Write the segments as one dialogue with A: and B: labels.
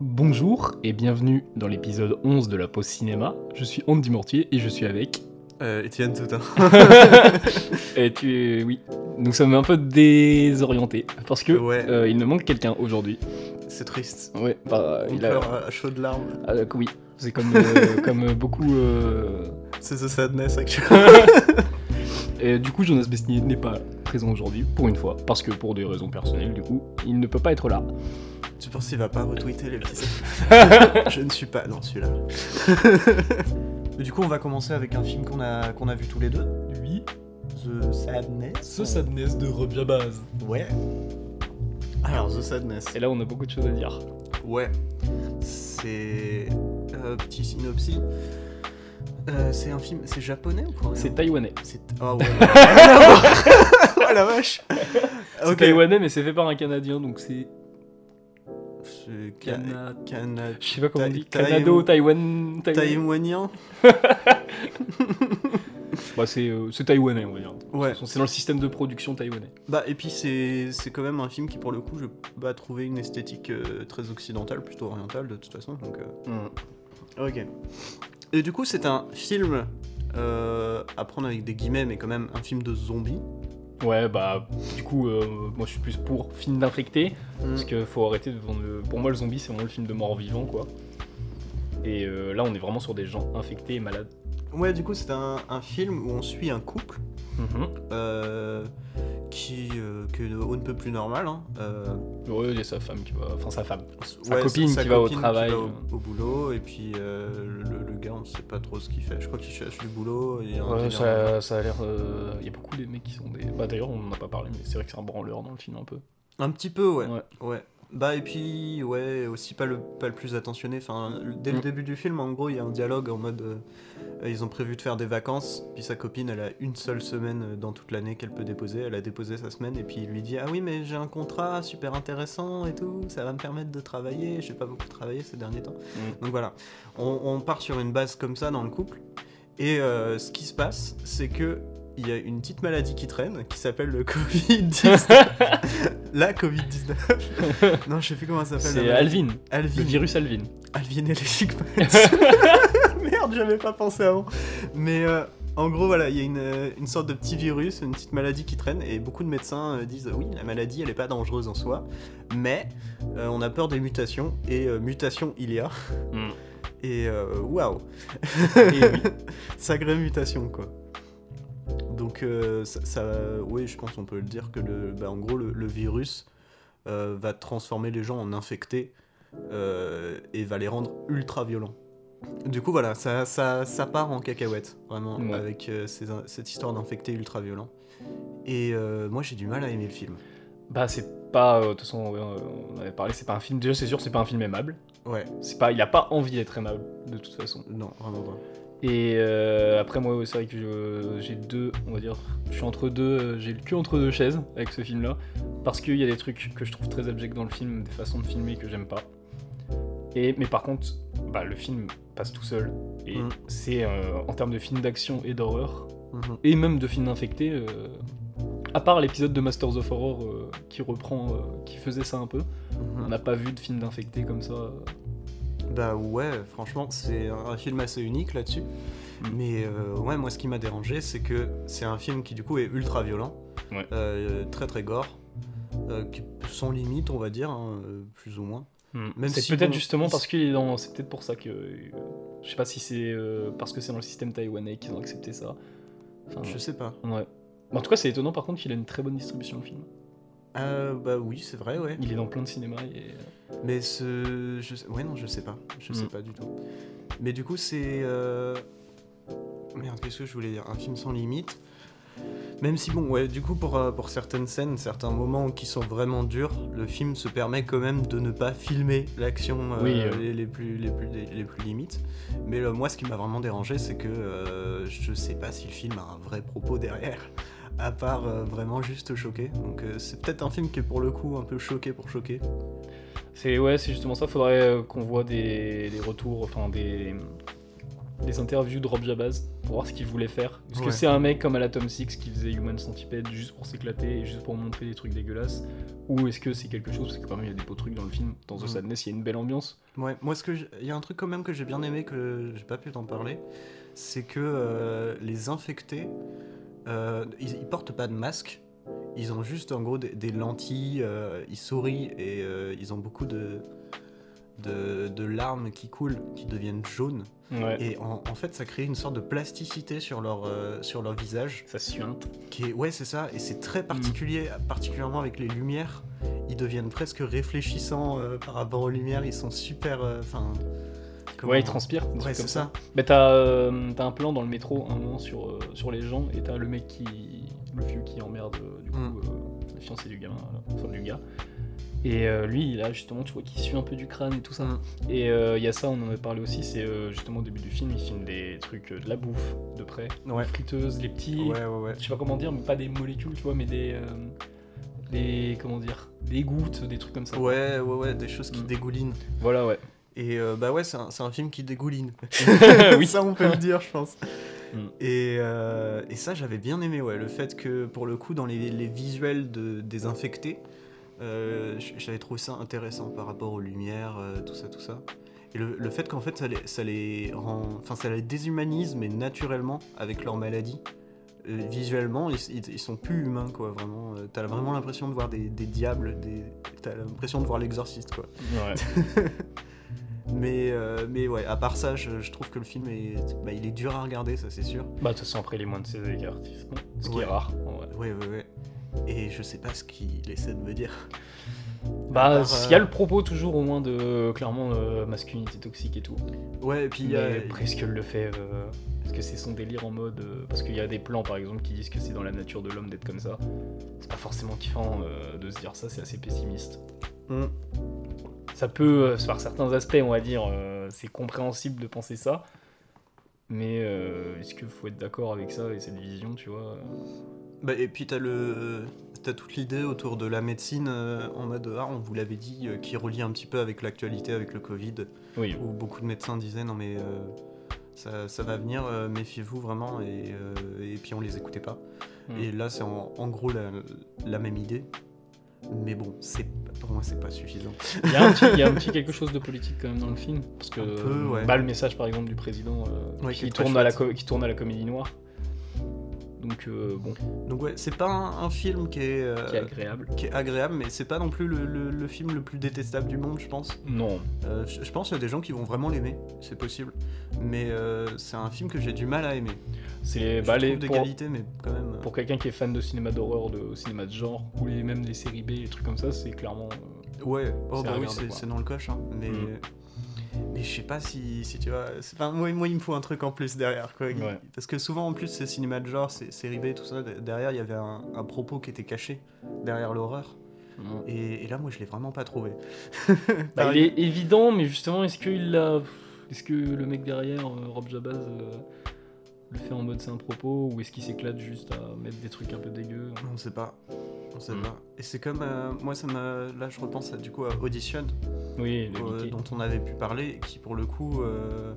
A: Bonjour et bienvenue dans l'épisode 11 de la pause cinéma. Je suis Andy Mortier et je suis avec.
B: Euh, Étienne Toutin.
A: Et tu. Oui. Nous sommes un peu désorientés parce que
B: Ouais.
A: euh, il nous manque quelqu'un aujourd'hui.
B: C'est triste.
A: Ouais, bah,
B: On
A: il a.
B: pleure à chaudes larmes.
A: Ah, oui, c'est comme, euh, comme euh, beaucoup. euh,
B: C'est The Sadness actually.
A: Et du coup, Jonas Besnier n'est pas présent aujourd'hui, pour une fois, parce que pour des raisons personnelles, du coup, il ne peut pas être là.
B: tu penses qu'il va pas retweeter l'épisode Je ne suis pas dans celui-là. du coup, on va commencer avec un film qu'on a, qu'on a vu tous les deux.
A: Oui,
B: The Sadness.
A: Sadness de Revia Base.
B: Ouais. Alors, The Sadness.
A: Et là, on a beaucoup de choses à dire.
B: Ouais. C'est. euh, petit synopsis. Euh, c'est un film. C'est japonais ou quoi
A: C'est taïwanais.
B: C'est. Ah ouais. oh la vache
A: C'est taïwanais, mais c'est fait par un Canadien, donc c'est.
B: C'est cana...
A: Cana...
B: cana-
A: Je sais pas comment on
B: Taï-
A: dit.
B: Taï-
A: Canado, Taïwan. Taïwan.
B: Taïwanien
A: Bah, c'est euh, c'est taïwanais, on va dire.
B: Ouais.
A: C'est dans le système de production taïwanais.
B: Bah, et puis c'est c'est quand même un film qui, pour le coup, je bah, trouver une esthétique euh, très occidentale, plutôt orientale de toute façon. Donc, euh, Ok. Et du coup, c'est un film euh, à prendre avec des guillemets, mais quand même un film de zombies.
A: Ouais, bah, du coup, euh, moi je suis plus pour film d'infecté. Parce
B: Mm.
A: que faut arrêter de vendre le- Pour moi, le zombie, c'est vraiment le film de mort vivant, quoi. Et euh, là, on est vraiment sur des gens infectés et malades.
B: Ouais, du coup, c'est un, un film où on suit un couple
A: Mm-hmm.
B: euh, qui euh, que on ne peut plus normal. hein, euh,
A: Ouais, il y a sa femme qui va. Enfin, sa femme. Sa
B: Ouais,
A: copine qui va au travail.
B: au, au boulot, et puis euh, le, le- le gars, on sait pas trop ce qu'il fait. Je crois qu'il cherche du boulot. Et un délire-
A: ça, a l'air. euh, Il y a beaucoup des mecs qui sont des. Bah, d'ailleurs, on n'en a pas parlé, mais c'est vrai que c'est un branleur dans le film, un peu.
B: Un petit peu, ouais.
A: Ouais.
B: ouais. Bah, et puis, ouais, aussi pas le, pas le plus attentionné. Enfin, le- dès le
A: Mm.
B: début du film, en gros, il y a un dialogue en mode. euh, euh, ils ont prévu de faire des vacances, puis sa copine, elle a une seule semaine euh, dans toute l'année qu'elle peut déposer. Elle a déposé sa semaine, et puis il lui dit Ah oui, mais j'ai un contrat super intéressant et tout, ça va me permettre de travailler. J'ai pas beaucoup travaillé ces derniers temps.
A: Mm.
B: Donc voilà, on, on part sur une base comme ça dans le couple. Et euh, ce qui se passe, c'est que. Il y a une petite maladie qui traîne qui s'appelle le Covid-19. La Covid-19. non, je sais plus comment ça s'appelle.
A: C'est
B: la maladie.
A: Alvin, le
B: Alvin.
A: virus Alvin.
B: Alvin et les Chicmans. Merde, j'avais pas pensé avant. Mais euh, en gros, voilà, il y a une, euh, une sorte de petit virus, une petite maladie qui traîne. Et beaucoup de médecins euh, disent oui, la maladie, elle est pas dangereuse en soi. Mais euh, on a peur des mutations. Et euh, mutation, il y a.
A: Mm.
B: Et euh, waouh.
A: Et oui.
B: Sacrée mutation, quoi. Donc, euh, ça, ça- oui, je pense qu'on peut le dire que, le, bah, en gros, le, le virus euh, va transformer les gens en infectés euh, et va les rendre ultra violents. Du coup, voilà, ça, ça, ça part en cacahuète, vraiment,
A: Ouais.
B: avec euh, ces in- cette histoire d'infectés ultra violents. Et euh, moi, j'ai du mal à aimer le film.
A: Bah, c'est pas. euh, De toute façon, euh, on avait parlé, c'est pas un film. Déjà, c'est sûr, c'est pas un film aimable.
B: Ouais,
A: C'est pas... Il a pas envie d'être aimable, de toute façon.
B: non, vraiment pas.
A: Et euh, après, moi, c'est vrai que je- j'ai deux, on va dire, je suis entre deux, euh, j'ai le cul entre deux chaises avec ce film-là, parce qu'il y a des trucs que je trouve très abjects dans le film, des façons de filmer que j'aime pas. Et, mais par contre, bah, le film passe tout seul. Et
B: Mm.
A: c'est, euh, en termes de film d'action et d'horreur,
B: Mhm.
A: et même de film infecté, euh, à part l'épisode de Masters of Horror euh, qui reprend, euh, qui faisait ça un peu,
B: Mhm.
A: on n'a pas vu de film d'infecté comme ça. euh,
B: Bah ouais, franchement, c'est un film assez unique là-dessus.
A: Mhm.
B: Mais euh, ouais, moi, ce qui m'a dérangé, c'est que c'est un film qui, du coup, est ultra violent,
A: Ouais.
B: euh, très très gore, euh, qui- sans limite, on va dire, hein, euh, plus ou moins. Même
A: c'est
B: si
A: peut-être
B: on-
A: justement parce qu'il est dans. C'est peut-être pour ça que. euh, je sais pas si c'est euh, parce que c'est dans le système taïwanais qu'ils ont accepté ça. Enfin,
B: Je sais pas.
A: ouais. Mais en tout cas, c'est étonnant par contre qu'il a une très bonne distribution le film.
B: Euh, bah oui, c'est vrai, ouais.
A: Il est dans plein de cinémas et. euh,
B: Mais ce. Je... sais- Ouais, non, je sais pas. Je sais
A: Mm.
B: pas du tout. Mais du coup, c'est. euh, Merde, qu'est-ce que je voulais dire Un film sans limite. Même si, bon, ouais, du coup, pour, euh, pour certaines scènes, certains moments qui sont vraiment durs, le film se permet quand même de ne pas filmer l'action euh,
A: Oui, euh.
B: les, les plus, les, plus, les, les plus limites. Mais euh, moi, ce qui m'a vraiment dérangé, c'est que euh, je sais pas si le film a un vrai propos derrière, à part euh, vraiment juste choquer. Donc, euh, c'est peut-être un film qui est pour le coup un peu choqué pour choquer.
A: C'est ouais, c'est justement ça. Faudrait euh, qu'on voit des, des retours, enfin des. les interviews de Rob Jabaz pour voir ce qu'il voulait faire. Parce que
B: Ouais.
A: c'est un mec comme à la Tom 6 qui faisait Human Centipede juste pour s'éclater et juste pour montrer des trucs dégueulasses Ou est-ce que c'est quelque chose Parce que quand même, il y a des beaux trucs dans le film. Dans The
B: Mm.
A: Sadness, il y a une belle ambiance.
B: Ouais, moi, ce que j'ai- il y a un truc quand même que j'ai bien aimé que j'ai pas pu t'en parler, c'est que euh, les infectés, euh, ils, ils portent pas de masque, ils ont juste en gros des, des lentilles, euh, ils sourient et euh, ils ont beaucoup de, de de larmes qui coulent, qui deviennent jaunes.
A: Ouais.
B: Et en, en fait, ça crée une sorte de plasticité sur leur euh, sur leur visage.
A: Ça suinte.
B: Qui est- ouais, c'est ça, et c'est très particulier, particulièrement avec les lumières. Ils deviennent presque réfléchissants euh, par rapport aux lumières, ils sont super. euh, Enfin. comment-
A: Ouais, il transpire. des
B: Ouais,
A: trucs
B: c'est
A: comme
B: ça.
A: Mais t'as euh, t'as un plan dans le métro un moment sur, euh, sur les gens et t'as le mec qui. le vieux qui emmerde euh, du coup
B: Mm.
A: euh, la fiancée du gamin, là, enfin du gars. Et euh, lui, là justement, tu vois qu'il suit un peu du crâne et tout ça.
B: Mm.
A: Et euh, il y a ça, on en a parlé aussi, c'est euh, justement au début du film, il filme des trucs euh, de la bouffe de près.
B: Ouais.
A: Les friteuses, les petits.
B: Ouais, ouais, ouais.
A: Je sais pas comment dire, mais pas des molécules, tu vois, mais des. euh, des. comment dire Des gouttes, des trucs comme ça.
B: Ouais, ouais, ouais, des choses qui
A: Mm.
B: dégoulinent.
A: Voilà, ouais.
B: Et euh, bah ouais, c'est un, c'est un film qui dégouline.
A: Oui.
B: Ça, on peut le dire, je pense.
A: Mm.
B: Et, euh, et ça, j'avais bien aimé, ouais. Le fait que, pour le coup, dans les, les visuels de, des infectés, euh, j- j'avais trouvé ça intéressant par rapport aux lumières, euh, tout ça, tout ça. Et le, le fait qu'en fait, ça les, ça les rend. Enfin, ça les déshumanise, mais naturellement, avec leur maladie. Euh, visuellement, ils, ils, ils sont plus humains, quoi, vraiment. Euh, T'as vraiment l'impression de voir des, des diables, des... t'as l'impression de voir l'exorciste, quoi.
A: Ouais.
B: Mais, euh, mais ouais, à part ça, je, je trouve que le film est, bah, il est dur à regarder, ça c'est sûr.
A: bah, de toute façon, après, les moins de 16 avec artistes. Ce qui
B: Ouais.
A: est rare, en vrai.
B: Ouais, ouais, ouais. Et je sais pas ce qu'il essaie de me dire. À
A: Bah,
B: part,
A: il y a
B: euh,
A: le propos toujours au moins de euh, clairement euh, masculinité toxique et tout.
B: Ouais, et puis euh, il y a-
A: Mais Presque le fait euh, parce que c'est son délire en mode euh, parce qu'il y a des plans par exemple qui disent que c'est dans la nature de l'homme d'être comme ça. C'est pas forcément kiffant euh, de se dire ça, c'est assez pessimiste.
B: Mm.
A: Ça peut euh, par certains aspects, on va dire, euh, c'est compréhensible de penser ça. Mais euh, est-ce qu'il faut être d'accord avec ça et cette vision, tu vois euh,
B: Bah, et puis t'as le... t'as toute l'idée autour de la médecine euh, en mode ah, on vous l'avait dit, euh, qui relie un petit peu avec l'actualité, avec le Covid,
A: Oui,
B: où beaucoup de médecins disaient non mais euh, ça, ça va venir, euh, méfiez-vous vraiment, et, euh, et puis on les écoutait pas.
A: Mm.
B: Et là, c'est en, en gros la, la même idée. Mais bon, c'est pour moi, c'est pas suffisant.
A: Il y, a un petit- il y a un petit quelque chose de politique quand même dans le film. Parce que
B: Un peu, ouais.
A: bah, le message par exemple du président euh,
B: Ouais, qui
A: qui,
B: est très
A: tourne à la
B: chouette.
A: co- qui tourne à la comédie noire. Donc euh, bon,
B: Donc ouais, c'est pas un, un film qui est, euh,
A: qui est agréable.
B: qui est agréable, mais c'est pas non plus le, le- le film le plus détestable du monde, je pense.
A: Non.
B: Euh, je je pense qu'il y a des gens qui vont vraiment l'aimer, c'est possible. Mais euh, c'est un film que j'ai du mal à aimer.
A: C'est
B: je
A: bah,
B: le
A: les-
B: trouve de
A: pour,
B: qualité, mais quand même. euh,
A: pour quelqu'un qui est fan de cinéma d'horreur, de cinéma de genre, ou les, même des séries B, les trucs comme ça, c'est clairement. euh,
B: Ouais,
A: C'est
B: oh
A: à
B: bah oui,
A: regarder,
B: c'est
A: quoi.
B: c'est dans le coche, hein. Mais,
A: Mm.
B: mais je sais pas si, si tu vois. c'est- Enfin, moi, moi, il me faut un truc en plus derrière, quoi.
A: Ouais.
B: Parce que souvent, en plus, ces cinémas de genre, ces séries B, tout ça, de- derrière, il y avait un, un propos qui était caché derrière l'horreur. Et, et là, moi, je l'ai vraiment pas trouvé.
A: Bah, il
B: Pareil.
A: est évident, mais justement, est-ce qu'il l'a. Est-ce que le mec derrière, euh, Rob Jabaz, euh, le fait en mode c'est un propos, ou est-ce qu'il s'éclate juste à mettre des trucs un peu dégueux
B: On sait pas. On sait
A: Mm.
B: pas. Et c'est comme. euh, moi, ça m'a. Là, je repense à, du coup à Audition,
A: Oui, le
B: euh,
A: Mickey.
B: dont on avait pu parler, qui, pour le coup. euh,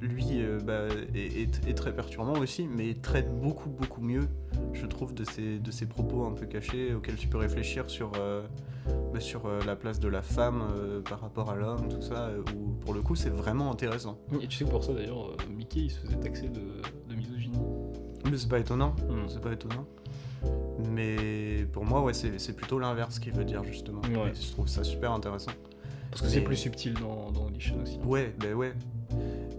B: lui euh, bah, est, est- est très perturbant aussi, mais traite beaucoup beaucoup mieux, je trouve, de ses, de ses propos un peu cachés auxquels tu peux réfléchir sur, euh, bah, sur euh, la place de la femme euh, par rapport à l'homme, tout ça, euh, où pour le coup c'est vraiment intéressant.
A: Et tu sais que pour ça d'ailleurs, euh, Mickey il se faisait taxer de, de misogynie.
B: Mais c'est pas étonnant,
A: Mm.
B: c'est pas étonnant. Mais pour moi, ouais, c'est c'est plutôt l'inverse qu'il veut dire justement.
A: Ouais.
B: Et je trouve ça super intéressant.
A: Parce que c'est
B: Mais-
A: plus subtil dans, dans Audition aussi. hein.
B: Ouais, ben ouais.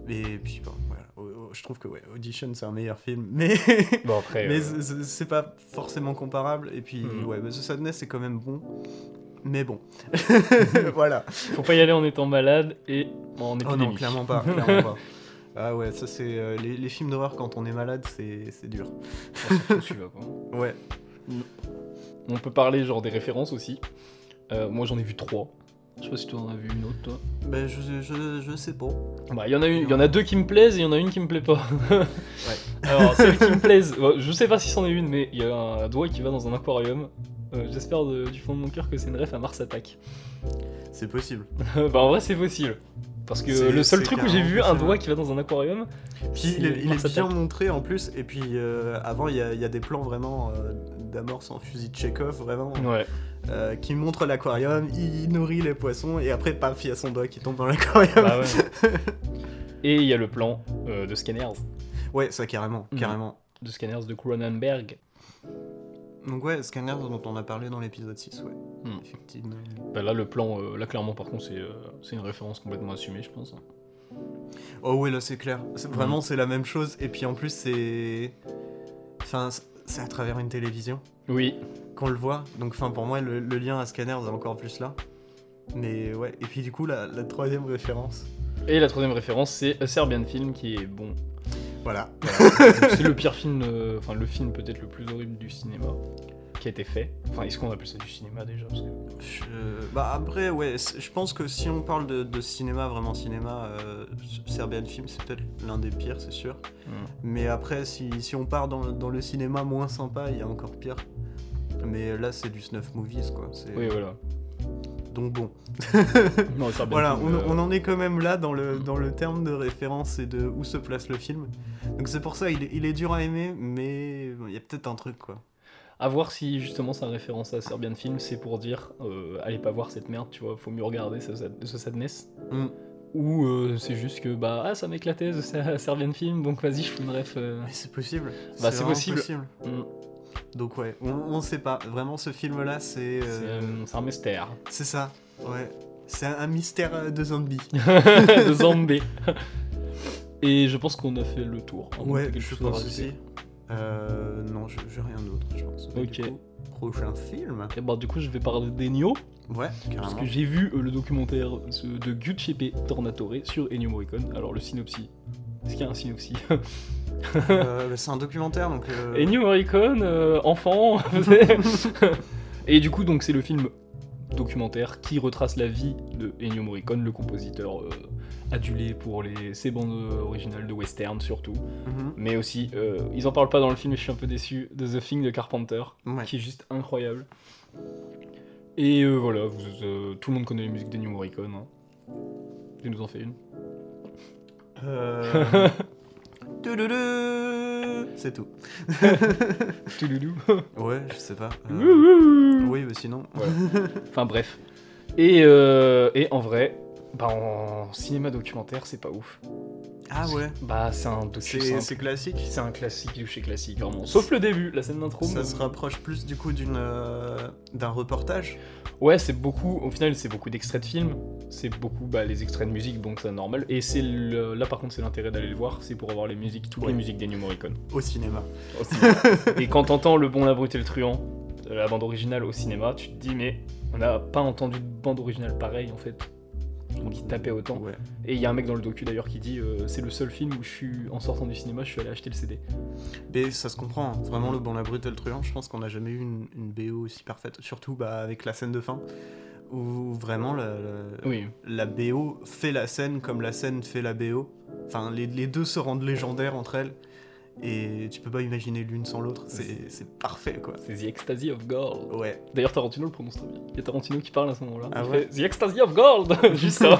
B: Et puis bon, voilà. O- o- Je trouve que ouais, Audition c'est un meilleur film, mais
A: Bon après,
B: mais
A: euh,
B: c'est- c'est c'est pas forcément comparable. Et puis,
A: Mhm.
B: ouais, bah, The Sadness, c'est quand même bon. Mais bon. voilà.
A: faut pas y aller en étant malade et en
B: Oh
A: épidémie.
B: non, clairement pas. clairement pas. Ah ouais, ça c'est. euh, les, les films d'horreur, quand on est malade, c'est c'est dur.
A: Enfin, surtout celui-là, quoi.
B: Ouais.
A: On peut parler genre des références aussi. Euh, moi j'en ai vu trois. Je sais pas si toi en as vu une autre toi.
B: Ben, je, je, je sais pas.
A: Bah il y en a une- il y en a deux qui me plaisent et il y en a une qui me plaît pas. euh, Alors celle qui me plaise, bah, je sais pas si c'en est une mais il y a un doigt qui va dans un aquarium Euh, J'espère de- du fond de mon cœur que c'est une ref à Mars Attack.
B: C'est possible.
A: bah en vrai c'est possible. Parce que
B: C'est-
A: le seul
B: c'est
A: truc où j'ai vu
B: carrément
A: un
B: possible.
A: doigt qui va dans un aquarium,
B: Puis
A: c'est
B: il est, il est
A: Mars
B: bien
A: Attack.
B: montré en plus, et puis euh, avant il y, a- il y a des plans vraiment euh, d'amorce en fusil de Chekhov, vraiment,
A: Ouais.
B: euh, qui montre l'aquarium, il nourrit les poissons, et après paf, il y a son doigt qui tombe dans l'aquarium.
A: Bah ouais. Et il y a le plan euh, de Scanners,
B: ouais, ça carrément,
A: Mhm.
B: carrément.
A: de Scanners de Cronenberg.
B: Donc ouais, Scanner dont on a parlé dans l'épisode 6, ouais.
A: Mhm.
B: Effectivement.
A: Bah là le plan, euh, là clairement par contre c'est euh, c'est une référence complètement assumée je pense. hein.
B: Oh ouais, là c'est clair. C'est-
A: Mhm.
B: Vraiment, c'est la même chose, et puis en plus c'est... Enfin, c'est- c'est à travers une télévision.
A: Oui,
B: qu'on le voit. Donc, enfin, pour moi, le, le lien à Scanners est encore plus là. Mais ouais, et puis du coup, la, la troisième référence.
A: Et la troisième référence, c'est A Serbian Film, qui est bon.
B: Voilà.
A: c'est le pire film, euh, enfin le film peut-être le plus horrible du cinéma qui a été fait. Enfin, est-ce qu'on appelle ça du cinéma déjà Parce que-
B: Je- Bah, après, ouais, c'est- je pense que si on parle de, de cinéma, vraiment cinéma, euh, Serbian Film, c'est peut-être l'un des pires, c'est sûr. Mais après, si, si on part dans, dans le cinéma moins sympa, il y a encore pire. Mais là, c'est du snuff movies, quoi. C'est-
A: Oui, voilà.
B: Donc bon.
A: Non, Serbian
B: Voilà,
A: Film,
B: on,
A: euh,
B: on en est quand même là dans le, dans le terme de référence et de où se place le film. Donc c'est pour ça, il est, il est dur à aimer, mais il y a peut-être un truc quoi.
A: À voir si justement sa référence à Serbian Film, c'est pour dire euh, allez pas voir cette merde, tu vois, faut mieux regarder ce, sad- ce sadness.
B: Mm.
A: Ou euh, c'est juste que bah ah ça m'éclatait ce Serbian Film, donc vas-y, je fais une ref. euh.
B: Mais c'est possible.
A: Bah, c'est
B: vraiment
A: possible. Mm.
B: Donc ouais, on, on sait pas. Vraiment, ce film-là, c'est.
A: C'est
B: euh,
A: euh, c'est un mystère.
B: c'est ça. Ouais. C'est un un mystère euh, de zombie.
A: de Zambé. Et je pense qu'on a fait le tour. On a
B: ouais,
A: quelque
B: je
A: chose à
B: pense
A: rajouter.
B: aussi. Euh, non, je- j'ai rien d'autre, je pense. Mais du
A: Ok.
B: coup, prochain film.
A: Et bah, du coup, je vais parler d'Ennio,
B: Ouais,
A: parce
B: carrément.
A: que j'ai vu euh, le documentaire ce- de Giuseppe Tornatore sur Ennio Morricone. Alors, le synopsis. Est-ce qu'il y a un synopsis
B: Euh, bah, c'est un documentaire, donc. euh,
A: Ennio Morricone, euh, enfant. faisait- Et du coup, donc, c'est le film documentaire qui retrace la vie de Ennio Morricone, le compositeur euh, adulé pour les, ses bandes originales de western surtout.
B: mhm,
A: Mais aussi, euh, ils en parlent pas dans le film et je suis un peu déçu de The Thing de Carpenter,
B: ouais.
A: qui est juste incroyable. Et euh, voilà, vous, euh, tout le monde connaît les musiques d'Ennio Morricone. Hein. Tu nous en fais une.
B: Euh, Touloulou. C'est tout.
A: Touloulou.
B: Ouais, je sais pas. Euh,
A: Wouhou.
B: Oui, mais sinon.
A: Enfin bref. Et, euh, et en vrai, bah, en cinéma documentaire, c'est pas ouf.
B: Ah ouais.
A: Bah c'est un docu
B: C'est
A: simple.
B: c'est classique.
A: C'est un classique du chez classique, vraiment. Sauf le début, la scène d'intro.
B: Ça
A: mais-
B: se rapproche plus du coup d'une euh, d'un reportage.
A: Ouais, c'est beaucoup, au final, c'est beaucoup d'extraits de films, c'est beaucoup bah, les extraits de musique, donc c'est normal. Et c'est le- là, par contre, c'est l'intérêt d'aller le voir, c'est pour avoir les musiques, toutes les
B: Ouais. Oh,
A: musiques d'Ennio Morricone.
B: Au cinéma.
A: au cinéma. et quand t'entends Le Bon, la Brute et le Truand, de la bande originale au cinéma, tu te dis, mais on n'a pas entendu de bande originale pareille, en fait, qui tapait autant.
B: Ouais.
A: Et il y a un mec dans le docu d'ailleurs qui dit, euh, c'est le seul film où je suis, en sortant du cinéma, je suis allé acheter le CD.
B: Mais ça se comprend. hein. Vraiment, le bon, la brute et le truand, je pense qu'on n'a jamais eu une, une BO aussi parfaite. Surtout bah, avec la scène de fin. Où vraiment la, la-
A: Oui,
B: la BO fait la scène comme la scène fait la BO. Enfin, les, les deux se rendent légendaires entre elles. Et tu peux pas imaginer l'une sans l'autre. C'est c'est parfait quoi.
A: c'est The Ecstasy of Gold.
B: Ouais.
A: D'ailleurs, Tarantino le prononce très bien. Il y a Tarantino qui parle à ce moment-là.
B: Ah
A: Il
B: ouais
A: fait, The Ecstasy of Gold Juste ça.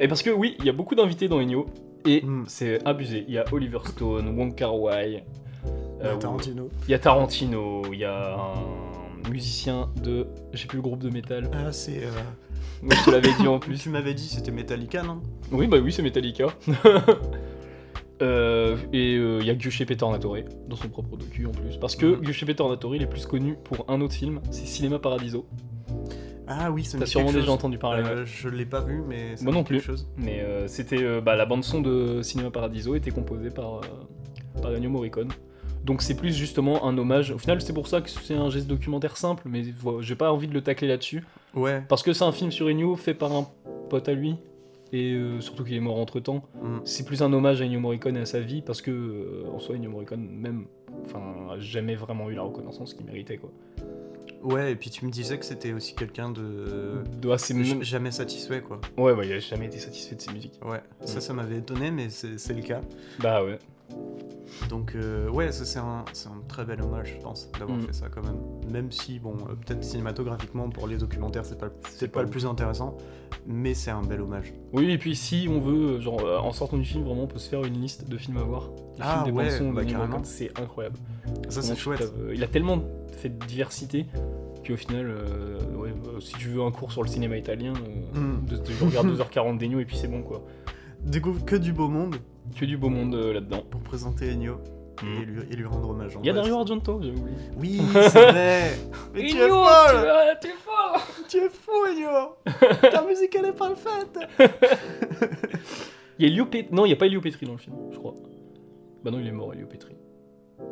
A: et parce que oui, il y a beaucoup d'invités dans Ennio. Et
B: Mm.
A: c'est abusé. Il y a Oliver Stone, Wong Kar Wai.
B: Bah,
A: euh,
B: Tarantino.
A: Il y a Tarantino. Il y a un musicien de. J'ai plus le groupe de métal.
B: Ah, c'est. euh,
A: Oui, je te l'avais dit en plus.
B: Tu m'avais dit c'était Metallica, non
A: Oui, bah oui, c'est Metallica. Euh, et euh, il y a Giuseppe Tornatore dans son propre docu en plus. Parce que
B: Mhm.
A: Giuseppe Tornatore, il est plus connu pour un autre film, c'est Cinéma Paradiso.
B: Ah oui, ça me
A: T'as
B: dit
A: sûrement
B: quelque
A: déjà
B: chose.
A: entendu parler. ouais.
B: Euh, je l'ai pas vu, mais. ça
A: Moi
B: me
A: non
B: dit quelque
A: plus.
B: chose.
A: Mais euh, c'était euh, bah, la bande son de Cinéma Paradiso était composée par euh, par Ennio Morricone. Donc c'est plus justement un hommage. Au final, c'est pour ça que c'est un geste documentaire simple, mais voilà, j'ai pas envie de le tacler là-dessus
B: Ouais.
A: parce que c'est un film sur Ennio fait par un pote à lui et euh, surtout qu'il est mort entre temps.
B: Mm.
A: C'est plus un hommage à Ennio Morricone et à sa vie parce que euh, en soi Ennio Morricone même, enfin, a jamais vraiment eu la reconnaissance qu'il méritait quoi.
B: Ouais, et puis tu me disais que c'était aussi quelqu'un de.
A: De assez
B: j- Jamais satisfait, quoi.
A: ouais, bah, il a jamais été satisfait de ses musiques.
B: Ouais,
A: Mm.
B: ça, ça m'avait étonné, mais c'est c'est le cas.
A: Bah ouais.
B: Donc, euh, ouais, ça, c'est un, c'est un très bel hommage, je pense, d'avoir
A: Mm.
B: fait ça quand même. Même si, bon, euh, peut-être cinématographiquement, pour les documentaires, c'est pas, le- c'est
A: pas
B: pas le plus intéressant, mais c'est un bel hommage.
A: Oui, et puis si on veut, euh, genre, euh, en sortant du film, vraiment, on peut se faire une liste de films à voir. Des
B: Ah
A: films, des
B: ouais,
A: bandes-sons, des
B: bah,
A: numéros
B: carrément.
A: quatre, c'est incroyable.
B: Ça, c'est
A: Comment tu
B: chouette.
A: tapes, euh, il a tellement fait de diversité qu'au final, euh, ouais, euh, si tu veux un cours sur le cinéma italien, euh,
B: Mm.
A: de, de- tu regardes 2h40 d'Egno et puis c'est bon, quoi.
B: Découvre que du beau monde
A: Que du beau monde euh, là-dedans.
B: pour présenter Ennio
A: Mm.
B: et, lui, et lui rendre hommage. en
A: Il y a
B: vrai.
A: Dario Argento, j'avais oublié.
B: Oui, c'est vrai Mais tu es
A: Ennio,
B: folle
A: tu- ah, t'es folle
B: Tu es fou, Ennio Ta musique, elle est parfaite
A: Il y a Elio Pet- Non, il n'y a pas Elio Petri dans le film, je crois. Bah non, il est mort, Elio Petri.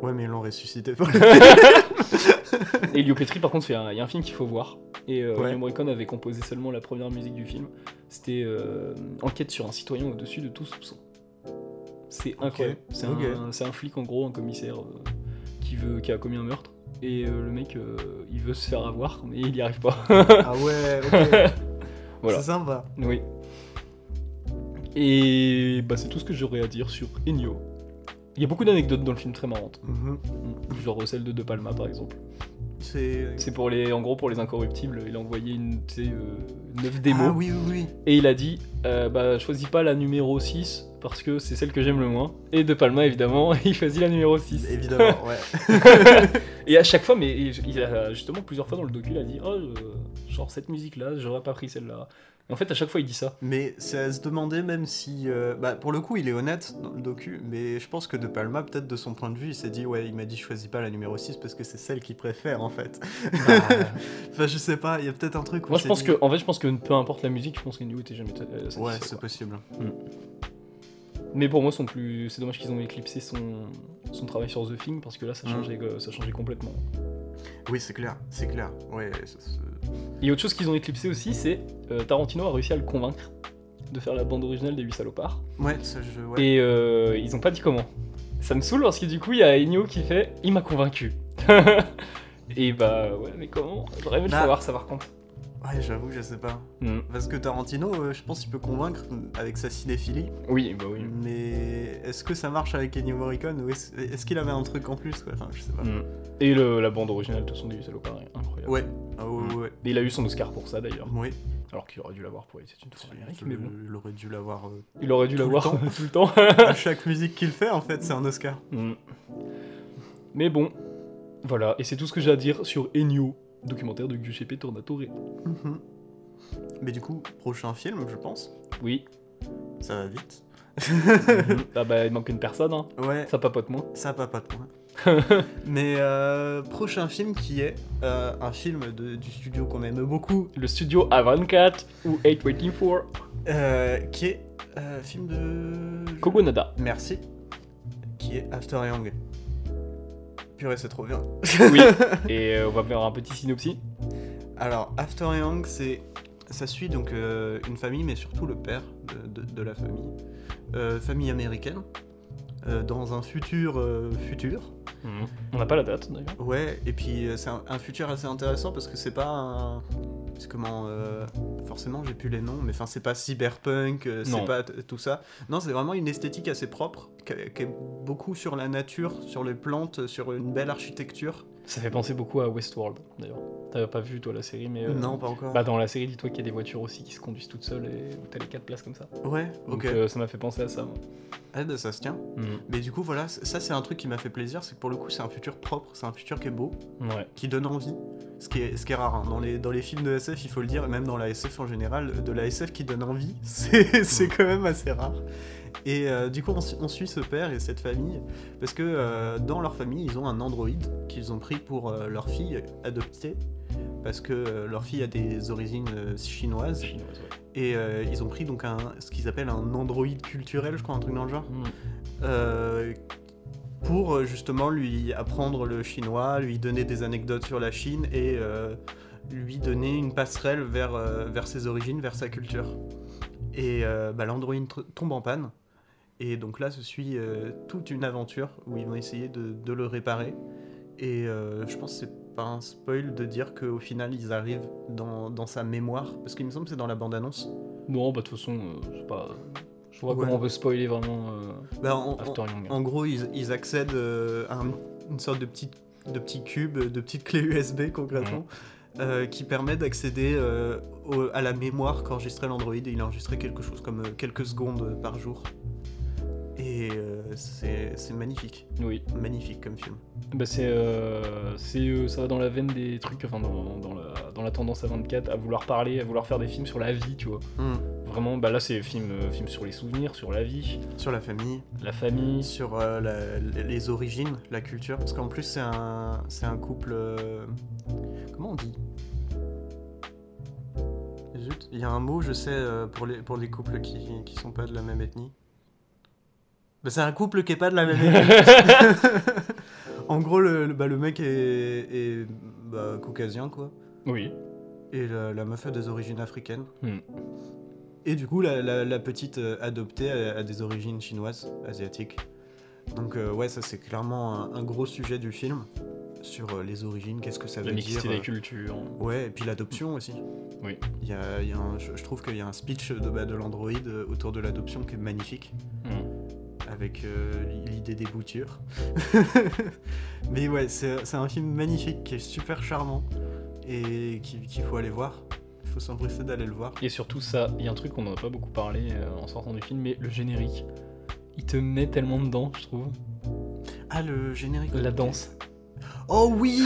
B: Ouais, mais ils l'ont ressuscité.
A: Elio Petri, par contre, c'est un- il y a un film qu'il faut voir. Et euh,
B: Ouais.
A: Ennio Morricone avait composé seulement la première musique du film. C'était euh, Enquête sur un citoyen au-dessus de tout soupçon. C'est incroyable. C'est un-
B: ok.
A: c'est un, flic, en gros, un commissaire euh, qui, veut, qui a commis un meurtre. Et euh, le mec, euh, il veut se faire avoir, mais il n'y arrive pas.
B: ah ouais, ok.
A: Voilà.
B: C'est sympa.
A: oui. Et bah, c'est tout ce que j'aurais à dire sur Ennio. Il y a beaucoup d'anecdotes dans le film très marrantes.
B: Mhm.
A: Genre celle de De Palma, par exemple.
B: C'est...
A: C'est pour les, en gros pour les incorruptibles. Il a envoyé une, tu sais, euh, neuf démos
B: Ah oui, oui, oui.
A: et il a dit euh, bah choisis pas la numéro 6 parce que c'est celle que j'aime le moins. Et De Palma évidemment, il choisit la numéro 6.
B: Évidemment, ouais.
A: et à chaque fois, mais il il a justement plusieurs fois dans le docu, il a dit oh je- genre cette musique là, j'aurais pas pris celle-là. Et En fait, à chaque fois, il dit ça.
B: Mais c'est à se demander même si... euh, Bah, pour le coup, il est honnête dans le docu, mais je pense que De Palma, peut-être de son point de vue, il s'est dit, ouais, il m'a dit, choisis pas la numéro 6 parce que c'est celle qu'il préfère, en fait. enfin, je sais pas, il y a peut-être un truc
A: Bah,
B: où
A: Moi,
B: il
A: je
B: s'est
A: pense
B: Ah, dit-
A: que, en fait, je pense que peu importe la musique, je pense qu'Ennio était jamais euh, satisfait,
B: Ouais, c'est
A: quoi.
B: possible.
A: Hmm. Mais pour moi, son plus, c'est dommage qu'ils ont éclipsé son, son travail sur The Thing parce que là, ça
B: Mm.
A: changeait, euh, ça changeait complètement.
B: Oui, c'est clair, c'est clair. Ouais, c'est- c'est-
A: Et autre chose qu'ils ont éclipsé aussi, c'est euh, Tarantino a réussi à le convaincre de faire la bande originale des 8 salopards.
B: ouais, ça, je... ouais.
A: Et euh, ils ont pas dit comment. Ça me saoule parce que du coup, il y a Ennio qui fait Il m'a convaincu. Et bah ouais, mais comment J'aurais aimé le
B: Bah.
A: savoir, ça par contre.
B: Ouais, j'avoue, je sais pas.
A: Mm.
B: Parce que Tarantino, euh, je pense qu'il peut convaincre avec sa cinéphilie,
A: Oui, bah oui.
B: mais est-ce que ça marche avec Ennio Morricone ou est-ce est-ce qu'il avait un truc en plus quoi Enfin, je sais pas.
A: Mm. Et le- la bande originale de son des 8 salopards est incroyable.
B: Ouais, ah ouais,
A: Mm.
B: ouais.
A: Et il a eu son Oscar pour ça d'ailleurs.
B: Oui,
A: Alors qu'il aurait dû l'avoir pour C'est une fois
B: il,
A: mais bon.
B: euh, il aurait dû l'avoir euh,
A: Il aurait dû
B: Tout le
A: l'avoir
B: temps.
A: tout le temps.
B: à chaque musique qu'il fait en fait, c'est un Oscar.
A: Mm. Mais bon, voilà, et c'est tout ce que j'ai à dire sur Ennio, documentaire de Giuseppe Tornatore.
B: Mhm. Mais du coup, prochain film, je pense.
A: Oui.
B: Ça va vite.
A: Mhm. ah bah il manque une personne, hein.
B: Ouais,
A: ça papote moins.
B: Ça va pas de point. Mais euh, prochain film qui est euh, un film de- du studio qu'on aime beaucoup,
A: Le studio A24 ou 8 Waiting for
B: euh, qui est euh, film de
A: Kogonada.
B: Merci, qui est After Young. Purée, c'est trop bien.
A: Oui. et euh, on va faire un petit synopsis.
B: Alors, After Young, c'est ça suit donc euh, une famille, mais surtout le père de, de- de la famille, Euh, famille américaine, euh, dans un futur euh, futur.
A: On n'a pas la date d'ailleurs.
B: Ouais, et puis euh, c'est un, un futur assez intéressant parce que c'est pas un. C'est comment. euh, Forcément, j'ai plus les noms, mais enfin, c'est pas cyberpunk, euh, c'est
A: Non.
B: pas t- tout ça. Non, c'est vraiment une esthétique assez propre, qui est qui est beaucoup sur la nature, sur les plantes, sur une belle architecture.
A: Ça fait penser beaucoup à Westworld d'ailleurs. T'avais pas vu toi la série, mais. euh,
B: Non, pas encore.
A: Bah dans la série, dis-toi qu'il y a des voitures aussi qui se conduisent toutes seules et où t'as les quatre places comme ça.
B: ouais,
A: Donc
B: ok.
A: euh, ça m'a fait penser à ça. moi.
B: Ah, bah, ça se tient.
A: Mhm.
B: Mais du coup, voilà, c- ça, c'est un truc qui m'a fait plaisir, c'est que pour le coup, c'est un futur propre, c'est un futur qui est beau,
A: Mm. Ouais.
B: qui donne envie. Ce qui est, ce qui est rare, hein. dans, les, dans les films de SF, il faut le dire, et même dans la SF en général, de la SF qui donne envie, c'est c'est quand même assez rare. Et euh, du coup, on, su- on suit ce père et cette famille, parce que euh, dans leur famille, ils ont un androïde qu'ils ont pris pour euh, leur fille adoptée, parce que euh, leur fille a des origines euh, chinoises,
A: Chinoise, ouais.
B: et euh, ils ont pris donc un, ce qu'ils appellent un androïde culturel, je crois, un truc dans le genre
A: Mhm.
B: euh, pour euh, justement lui apprendre le chinois, lui donner des anecdotes sur la Chine et euh, lui donner une passerelle vers, euh, vers ses origines, vers sa culture. Et euh, bah, l'androïde tr- tombe en panne. Et donc là, ce suit euh, toute une aventure où ils vont essayer de, de le réparer. Et euh, je pense que c'est pas un spoil de dire qu'au final, ils arrivent dans, dans sa mémoire. Parce qu'il me semble que c'est dans la bande-annonce.
A: Non, bah de toute façon, euh, je sais pas. Je vois
B: Ouais.
A: comment on peut spoiler vraiment euh,
B: Bah, en- en-
A: After Young.
B: En gros, ils, ils accèdent euh, à un une sorte de petit, de petit cube, de petite clé USB concrètement, euh, qui permet d'accéder euh, au- à la mémoire qu'enregistrait l'Android. Et Il enregistrait quelque chose comme euh, quelques secondes par jour. Et euh, c'est c'est magnifique,
A: Oui.
B: magnifique comme film.
A: Bah c'est, euh, c'est, euh, ça va dans la veine des trucs, enfin dans, dans la, dans la tendance à 24, à vouloir parler, à vouloir faire des films sur la vie, tu vois.
B: Hmm.
A: Vraiment, bah là c'est film, euh, film sur les souvenirs, sur la vie,
B: Sur la famille,
A: la famille.
B: sur euh, la- les origines, la culture. Parce qu'en plus, c'est un, c'est un couple. euh, comment on dit Zut, il y a un mot, je sais, euh, pour les, pour les couples qui, qui sont pas de la même ethnie. Bah, c'est un couple qui est pas de la même ethnie. en gros, le, le- bah, le mec est, est, bah, caucasien, quoi.
A: oui.
B: Et la, la meuf a des origines africaines.
A: Hmm.
B: Et du coup, la, la- la petite euh, adoptée a, a des origines chinoises, asiatiques. Donc, euh, ouais, ça, c'est clairement un, un gros sujet du film. Sur euh, les origines, qu'est-ce que ça
A: La
B: veut dire.
A: mixité des
B: euh,
A: cultures.
B: Ouais, et puis l'adoption aussi.
A: Oui.
B: Il y a- il y a un- je, je trouve qu'il y a un speech de, bah, de l'Android euh, autour de l'adoption qui est magnifique,
A: Hmm.
B: avec euh, l'idée des boutures. Mais ouais, c'est c'est un film magnifique qui est super charmant et qui- qu'il faut aller voir. Il faut s'empresser d'aller le voir.
A: Et surtout ça, il y a un truc qu'on n'en a pas beaucoup parlé euh, en sortant du film, mais le générique. Il te met tellement dedans, je trouve.
B: Ah, le générique.
A: La danse.
B: Oh oui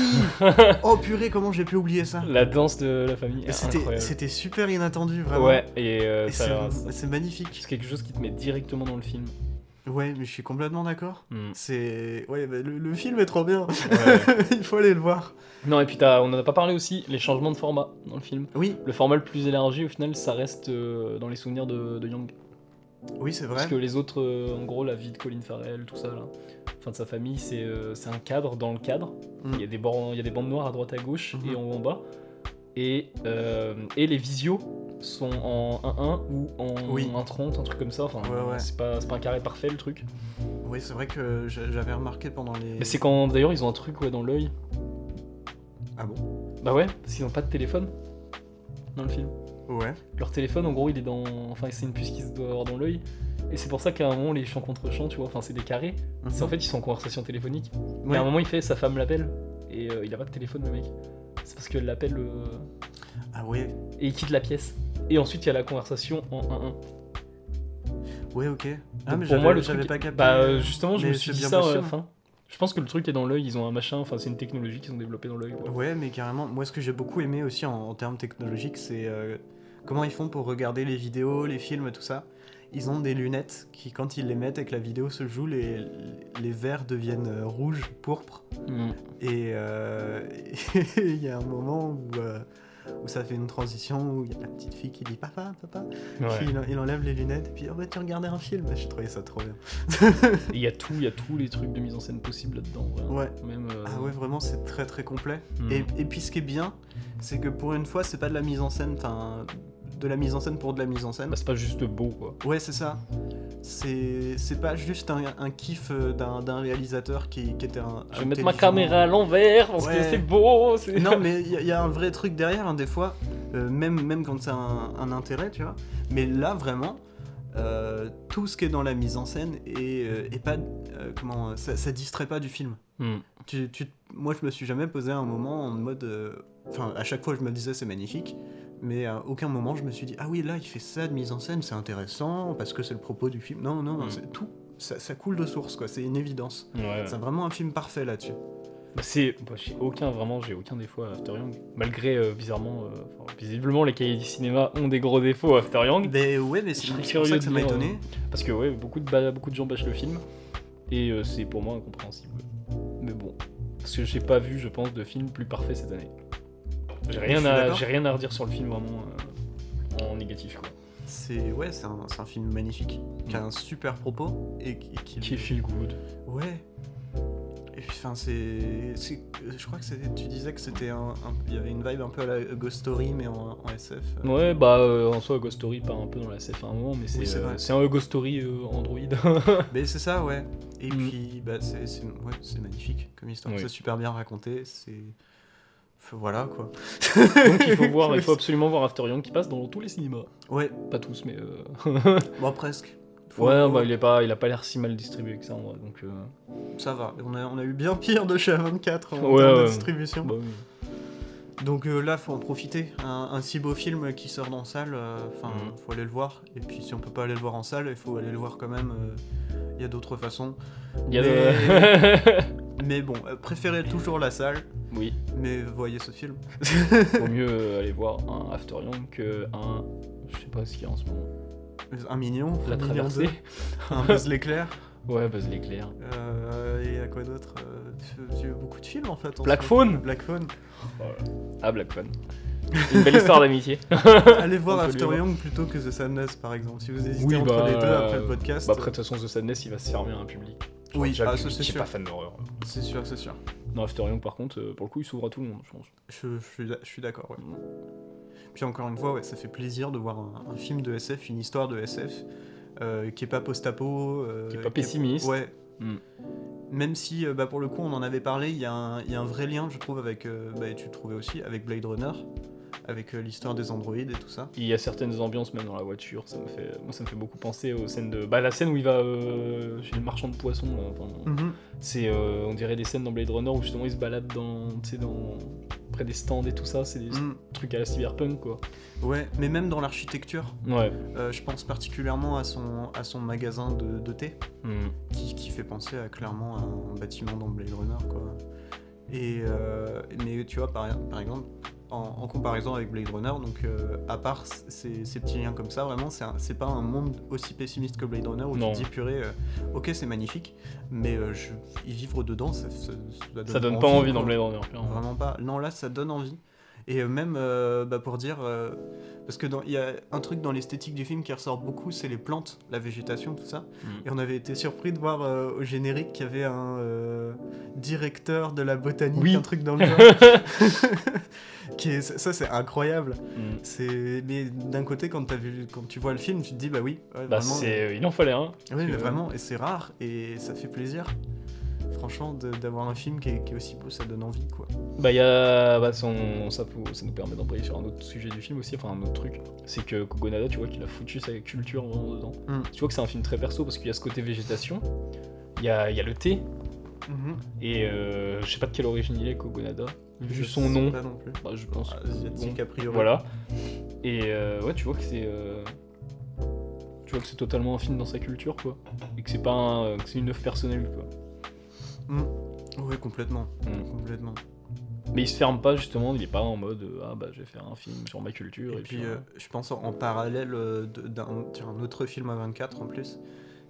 B: Oh purée, comment j'ai pu oublier ça
A: La danse de la famille.
B: Mais C'était
A: incroyable.
B: c'était super inattendu, vraiment.
A: Ouais, et, euh,
B: Ah Et
A: ça-
B: c'est c'est magnifique.
A: c'est quelque chose qui te met directement dans le film.
B: Ouais, mais je suis complètement d'accord.
A: Hmm.
B: C'est. Ouais, bah, le, le film est trop bien.
A: Ouais.
B: Il faut aller le voir.
A: Non, et puis t'as- on en a pas parlé aussi, les changements de format dans le film.
B: Oui,
A: Le format le plus élargi, au final, ça reste euh, dans les souvenirs de, de Young.
B: oui, c'est vrai.
A: Parce que les autres, euh, en gros, la vie de Colin Farrell, tout ça, là, enfin de sa famille, c'est euh, c'est un cadre dans le cadre.
B: Mm.
A: Il y, a des bords- il y a des bandes noires à droite à gauche
B: Mhm.
A: et en haut en bas. Et, euh, et les visios sont en 1-1 ou en
B: Oui.
A: 1-30, un truc comme ça. Enfin,
B: Ouais, ouais.
A: c'est pas, c'est pas un carré parfait le truc.
B: Oui, c'est vrai que j'a- j'avais remarqué pendant les.
A: Mais c'est quand d'ailleurs ils ont un truc ouais, dans l'œil.
B: Ah bon
A: Bah ouais, parce qu'ils ont pas de téléphone dans le film.
B: Ouais.
A: leur téléphone en gros il est dans enfin c'est une puce qui se doit avoir dans l'œil et c'est pour ça qu'à un moment les champs contre champs tu vois enfin c'est des carrés c'est en fait ils sont en conversation téléphonique mais
B: Mhm. Ouais.
A: à un moment il fait sa femme l'appelle et euh, il a pas de téléphone le mec c'est parce qu'elle l'appelle euh,
B: Ah ouais.
A: et il quitte la pièce et ensuite il y a la conversation en 1-1
B: Ouais, ok. Ah,
A: Donc,
B: mais
A: pour
B: j'avais
A: moi le
B: j'avais
A: truc
B: pas capté.
A: bah euh, justement je
B: Mais
A: me suis
B: c'est
A: dit
B: bien
A: ça euh, ouais,
B: possible.
A: enfin je pense que le truc est dans l'œil ils ont un machin enfin c'est une technologie qu'ils ont développée dans l'œil quoi.
B: Ouais, mais carrément, moi ce que j'ai beaucoup aimé aussi en, en termes technologiques, c'est euh, comment ils font pour regarder les vidéos, les films, tout ça. Ils ont des lunettes qui, quand ils les mettent et que la vidéo se joue, les, les verres deviennent euh, rouges, pourpres.
A: Mm.
B: Et euh, il y a un moment où, euh, où ça fait une transition, où il y a la petite fille qui dit Papa, papa. Puis il, en- il enlève les lunettes, et puis Oh bah tu regardais un film. J'ai trouvé ça trop bien.
A: Et il y a tout il y a tous les trucs de mise en scène possibles là dedans
B: Ouais.
A: même euh,
B: Ah ouais, vraiment, c'est très très complet.
A: mm.
B: Et, et puis ce qui est bien, c'est que pour une fois, c'est pas de la mise en scène, enfin, de la mise en scène pour de la mise en scène.
A: Bah, c'est pas juste beau quoi
B: Ouais, c'est ça. C'est c'est pas juste un, un kiff euh, d'un d'un réalisateur qui, qui était un.
A: Je
B: un
A: vais mettre ma
B: télévision-
A: caméra à l'envers parce que
B: Ouais.
A: c'est beau. c'est-
B: Non, mais il y, a- y a un vrai truc derrière, hein, des fois, euh, même, même quand c'est un, un intérêt, tu vois. Mais là, vraiment, euh, tout ce qui est dans la mise en scène est, euh, est pas. euh, comment. euh, Ça, ça distrait pas du film.
A: Hmm.
B: Tu- tu- moi, je me suis jamais posé un moment en mode. euh, Enfin, à chaque fois, je me disais c'est magnifique, mais à aucun moment je me suis dit ah oui, là, il fait ça de mise en scène, c'est intéressant parce que c'est le propos du film. Non, non, non,
A: Mm.
B: c'est tout. Ça, ça coule de source, quoi. C'est une évidence.
A: Ouais.
B: C'est vraiment un film parfait là-dessus.
A: Bah, c'est, bah, j'ai aucun vraiment, j'ai aucun défaut à After Young. Malgré euh, bizarrement, euh, enfin, visiblement les cahiers du cinéma ont des gros défauts à After Young.
B: Mais ouais, mais c'est
A: Je suis
B: c'est pour ça
A: curieux
B: que ça
A: de
B: m'a
A: dire,
B: étonné.
A: Parce que ouais, beaucoup de ba- beaucoup de gens bâchent le film et euh, c'est pour moi incompréhensible. Mais bon, parce que j'ai pas vu, je pense, de film plus parfait cette année. J'ai rien
B: suis
A: à,
B: d'accord.
A: j'ai rien à redire sur le film vraiment euh, en négatif quoi.
B: C'est ouais, c'est un, c'est un film magnifique qui a un super propos et qui, qui-
A: Mm. Qui est feel good.
B: ouais. Et puis, enfin, c'est, c'est- je crois que c'était- tu disais que c'était un, un- il y avait une vibe un peu à la Ghost Story mais en, en SF. euh,
A: Ouais, bah euh, en soi, Ghost Story part un peu dans la SF à un moment, mais c'est,
B: c'est
A: euh,
B: vrai.
A: c'est un Ghost Story euh, Android.
B: Mais c'est ça, ouais. Et
A: Mm.
B: puis, bah, c'est c'est- ouais, c'est magnifique comme histoire.
A: Oui.
B: C'est super bien raconté. C'est. F- Voilà, quoi.
A: Donc il faut voir, il faut absolument voir After Young qui passe dans tous les cinémas.
B: Ouais,
A: Pas tous, mais euh,
B: bon, presque. Faut-
A: Ouais, bah, il, est pas, il a pas l'air si mal distribué que ça en vrai. Donc, euh,
B: Ça va, on a, on a eu bien pire de chez A24 en
A: Ouais,
B: termes de
A: ouais.
B: distribution.
A: bah oui.
B: Donc euh, là, faut en profiter. Un, un si beau film qui sort dans salle, euh, enfin,
A: Mhm.
B: faut aller le voir. Et puis si on peut pas aller le voir en salle, il faut aller le voir quand même. euh, Il y a d'autres façons.
A: Il y a
B: mais...
A: de-
B: mais bon, euh, préférez toujours la salle,
A: oui,
B: mais voyez ce film.
A: vaut mieux euh, aller voir un After Young que un. Je sais pas ce qu'il y a en ce moment.
B: Un mignon,
A: La
B: un mignon
A: traversée.
B: deux, un Buzz l'éclair.
A: Ouais, Buzz l'éclair.
B: euh, et à quoi d'autre Euh, tu- tu- Beaucoup de films en fait. en
A: Black
B: ce
A: Phone.
B: moment. Black Phone.
A: Ah, Black Fan. Une belle histoire d'amitié.
B: Allez voir
A: On peut
B: After
A: lui
B: Young plutôt que The Sadness par exemple. Si vous hésitez
A: Oui,
B: entre
A: bah,
B: les deux après le
A: euh,
B: podcast.
A: Bah, après, de toute façon, The Sadness, il va se servir à un public.
B: Oui,
A: Déjà, le
B: ah, ça,
A: public
B: c'est
A: qui est
B: sûr.
A: pas fan d'horreur.
B: C'est sûr, c'est sûr.
A: Non, After Young, par contre, euh, pour le coup, il s'ouvre à tout le monde, je pense.
B: Je, je suis, d'a- je suis d'accord, ouais. Puis encore une fois, ouais, ça fait plaisir de voir un, un film de SF, une histoire de SF, euh, qui est pas post-apo. euh,
A: Qui est pas pessimiste.
B: Ouais.
A: Mm.
B: Même si, euh, bah, pour le coup, on en avait parlé, il y, a un il y a un vrai lien, je trouve, avec. euh, bah, et tu le trouvais aussi, avec Blade Runner, avec euh, l'histoire des androïdes et tout ça.
A: Il y a certaines ambiances, même dans la voiture, ça me fait, moi, ça me fait beaucoup penser aux scènes de. Bah, la scène où il va euh, chez le marchand de poissons, là, enfin,
B: Mm.
A: C'est, euh, on dirait, des scènes dans Blade Runner où justement il se balade dans, tu sais, dans près des stands et tout ça. C'est des
B: Mm.
A: trucs à la cyberpunk, quoi.
B: Ouais, mais même dans l'architecture,
A: Ouais.
B: euh, je pense particulièrement à son, à son magasin de, de thé.
A: Mm.
B: qui, qui fait penser à clairement à un bâtiment dans Blade Runner quoi. Et euh, mais tu vois par, par exemple en, en comparaison avec Blade Runner donc euh, à part c- ces, ces petits liens comme ça vraiment c'est un- c'est pas un monde aussi pessimiste que Blade Runner où
A: Non.
B: tu te dis purée euh, ok c'est magnifique mais euh, je, y vivre dedans ça, ça- ça
A: Ça donne pas envie
B: quoi.
A: dans Blade Runner, clairement.
B: Vraiment pas. Non, là, ça donne envie. Et euh, même euh, bah, pour dire. euh, parce que dans- il y a un truc dans l'esthétique du film qui ressort beaucoup, c'est les plantes, la végétation, tout ça.
A: Mm.
B: Et on avait été surpris de voir euh, au générique qu'il y avait un euh, directeur de la botanique,
A: Oui.
B: un truc dans le genre. qui est, ça, c'est incroyable.
A: Mm.
B: C'est, mais d'un côté, quand, as vu, quand tu vois le film, tu te dis, bah oui, ouais,
A: Bah,
B: vraiment.
A: c'est, il en fallait un.
B: Oui,
A: Parce
B: mais
A: que-
B: vraiment, et c'est rare, et ça fait plaisir. Franchement, de- d'avoir un film qui est, qui est aussi beau, ça donne envie, quoi.
A: Bah, il y a. Bah, ça, on- ça, peut- ça nous permet d'embrayer sur un autre sujet du film aussi, enfin un autre truc. C'est que Kogonada, tu vois qu'il a foutu sa culture vraiment dedans.
B: Mm.
A: Tu vois que c'est un film très perso parce qu'il y a ce côté végétation, il y a, il y a le thé,
B: Mhm.
A: et euh, je sais pas de quelle origine il est, Kogonada, vu
B: Je
A: son
B: sais
A: nom.
B: Pas non plus.
A: Bah, je pense.
B: Asiatique,
A: bon,
B: a priori.
A: voilà. Et euh, ouais, tu vois que c'est. euh, Tu vois que c'est totalement un film dans sa culture, quoi. Et que c'est pas un- euh, que c'est une œuvre personnelle, quoi.
B: Ouais, complètement.
A: Mm.
B: Complètement.
A: Mais il se ferme pas, justement, il est pas en mode euh, Ah bah je vais faire un film sur ma culture.
B: Et,
A: Et,
B: puis,
A: euh,
B: euh, je pense en, en parallèle euh, de- d'un tiens, un autre film à 24 en plus,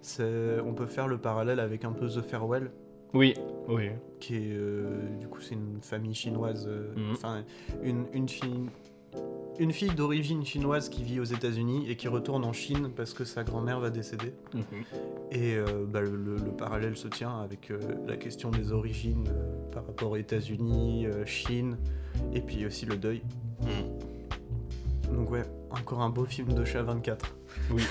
B: c'est- on peut faire le parallèle avec un peu The Farewell,
A: Oui, oui.
B: qui est euh, du coup c'est une famille chinoise, euh,
A: Mhm.
B: enfin une, une fille, une fille d'origine chinoise qui vit aux États-Unis et qui retourne en Chine parce que sa grand-mère va décéder.
A: Mhm.
B: Et euh, bah, le, le- le parallèle se tient avec euh, la question des origines euh, par rapport aux États-Unis, euh, Chine, et puis aussi le deuil. Donc ouais, encore un beau film de chat 24.
A: Oui.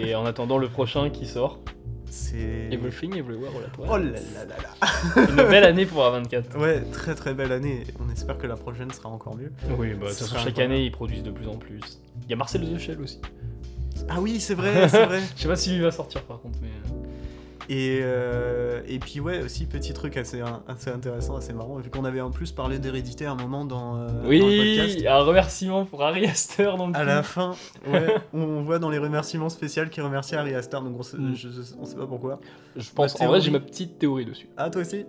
A: et en attendant le prochain qui sort,
B: C'est...
A: Everything Everywhere All at Once.
B: Oh là là là là
A: Une belle année pour A24.
B: Ouais, très très belle année. On espère que la prochaine sera encore mieux.
A: Oui, bah de toute façon,
B: Ce sera
A: chaque
B: incroyable.
A: année ils produisent de plus en plus. Il y a Marcel Duchel aussi.
B: Ah oui, c'est vrai, c'est vrai.
A: Je sais pas s'il va sortir par contre, mais. euh,
B: Et, euh, et puis ouais, aussi petit truc assez, assez intéressant, assez marrant, vu qu'on avait en plus parlé d'hérédité à un moment dans, euh, dans le podcast.
A: Oui, un remerciement pour Harry Astor dans le
B: À
A: film.
B: la fin, ouais, on voit dans les remerciements spéciaux qu'il remercie Harry Astor, donc on sait,
A: Mm.
B: je- je- on sait pas pourquoi.
A: Je pense,
B: Ma
A: en vrai,
B: théorie-
A: j'ai ma petite théorie dessus.
B: Ah, toi aussi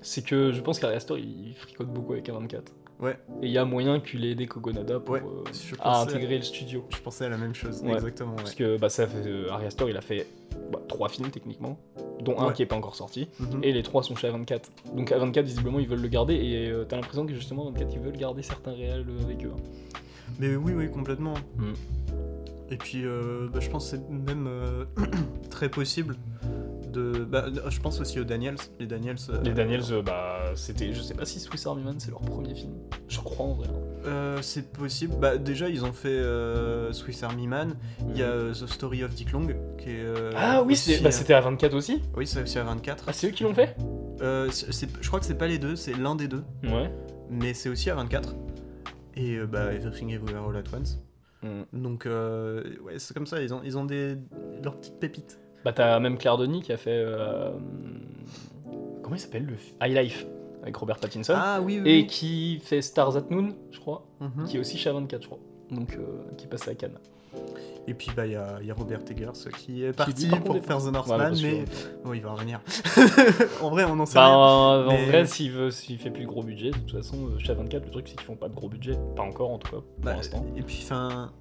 A: C'est que je pense qu'Harry Astor il fricote beaucoup avec A24.
B: Ouais.
A: Et il y a moyen qu'il ait aidé Kogonada pour,
B: Ouais,
A: euh,
B: je
A: à
B: pensais-
A: intégrer le studio.
B: Je pensais à la même chose,
A: Ouais.
B: exactement. ouais.
A: Parce que bah, ça fait, euh, Ari Aster, il a fait bah, trois films techniquement, dont un
B: Ouais.
A: qui est pas encore sorti,
B: Mhm.
A: et les trois sont chez A24. Donc A24, visiblement, ils veulent le garder, et euh, t'as l'impression que justement, A24, ils veulent garder certains réels euh, avec eux. hein.
B: Mais oui, oui, complètement.
A: Mm.
B: Et puis, euh, bah, je pense que c'est même euh, très possible de. bah, je pense aussi aux Daniels. Les Daniels. euh,
A: Les Daniels, euh, bah, c'était, je sais pas si Swiss Army Man, c'est leur premier film. Je crois en vrai. hein.
B: euh, c'est possible. Bah, déjà, ils ont fait euh, Swiss Army Man. Il y a
A: Mm.
B: euh, The Story of Dick Long. Qui est, euh,
A: Ah oui, c'est-
B: aussi,
A: bah,
B: euh,
A: c'était A24 aussi
B: Oui, c'est aussi à 24.
A: Ah, c'est eux qui l'ont fait
B: Euh, c'est- c'est- je crois que c'est pas les deux, c'est l'un des deux.
A: Ouais.
B: Mais c'est aussi à 24. Et euh, bah, Everything Everywhere All At Once.
A: Mm.
B: Donc, euh, ouais, c'est comme ça, ils ont, ils ont des, leurs petites pépites.
A: Bah t'as même Claire Denis qui a fait... euh, comment il s'appelle le fi- High Life avec Robert Pattinson.
B: Ah oui, oui.
A: Et
B: oui.
A: qui fait Stars at Noon, je crois,
B: Mhm.
A: qui est aussi chez A24, je crois. Donc, euh, qui passe à Cannes.
B: Et puis, bah, il y a, il y a Robert Eggers qui est parti
A: dit, par contre,
B: pour faire The
A: Ouais, mais
B: Northman,
A: parce que-
B: mais bon, il va revenir. en vrai, on en sait
A: Bah,
B: rien.
A: en- en
B: mais-
A: vrai, s'il veut, s'il fait plus de gros budget, de toute façon, euh, chez A24, le truc, c'est qu'ils font pas de gros budget. Pas encore, en tout cas, pour
B: Bah,
A: l'instant.
B: et puis, enfin,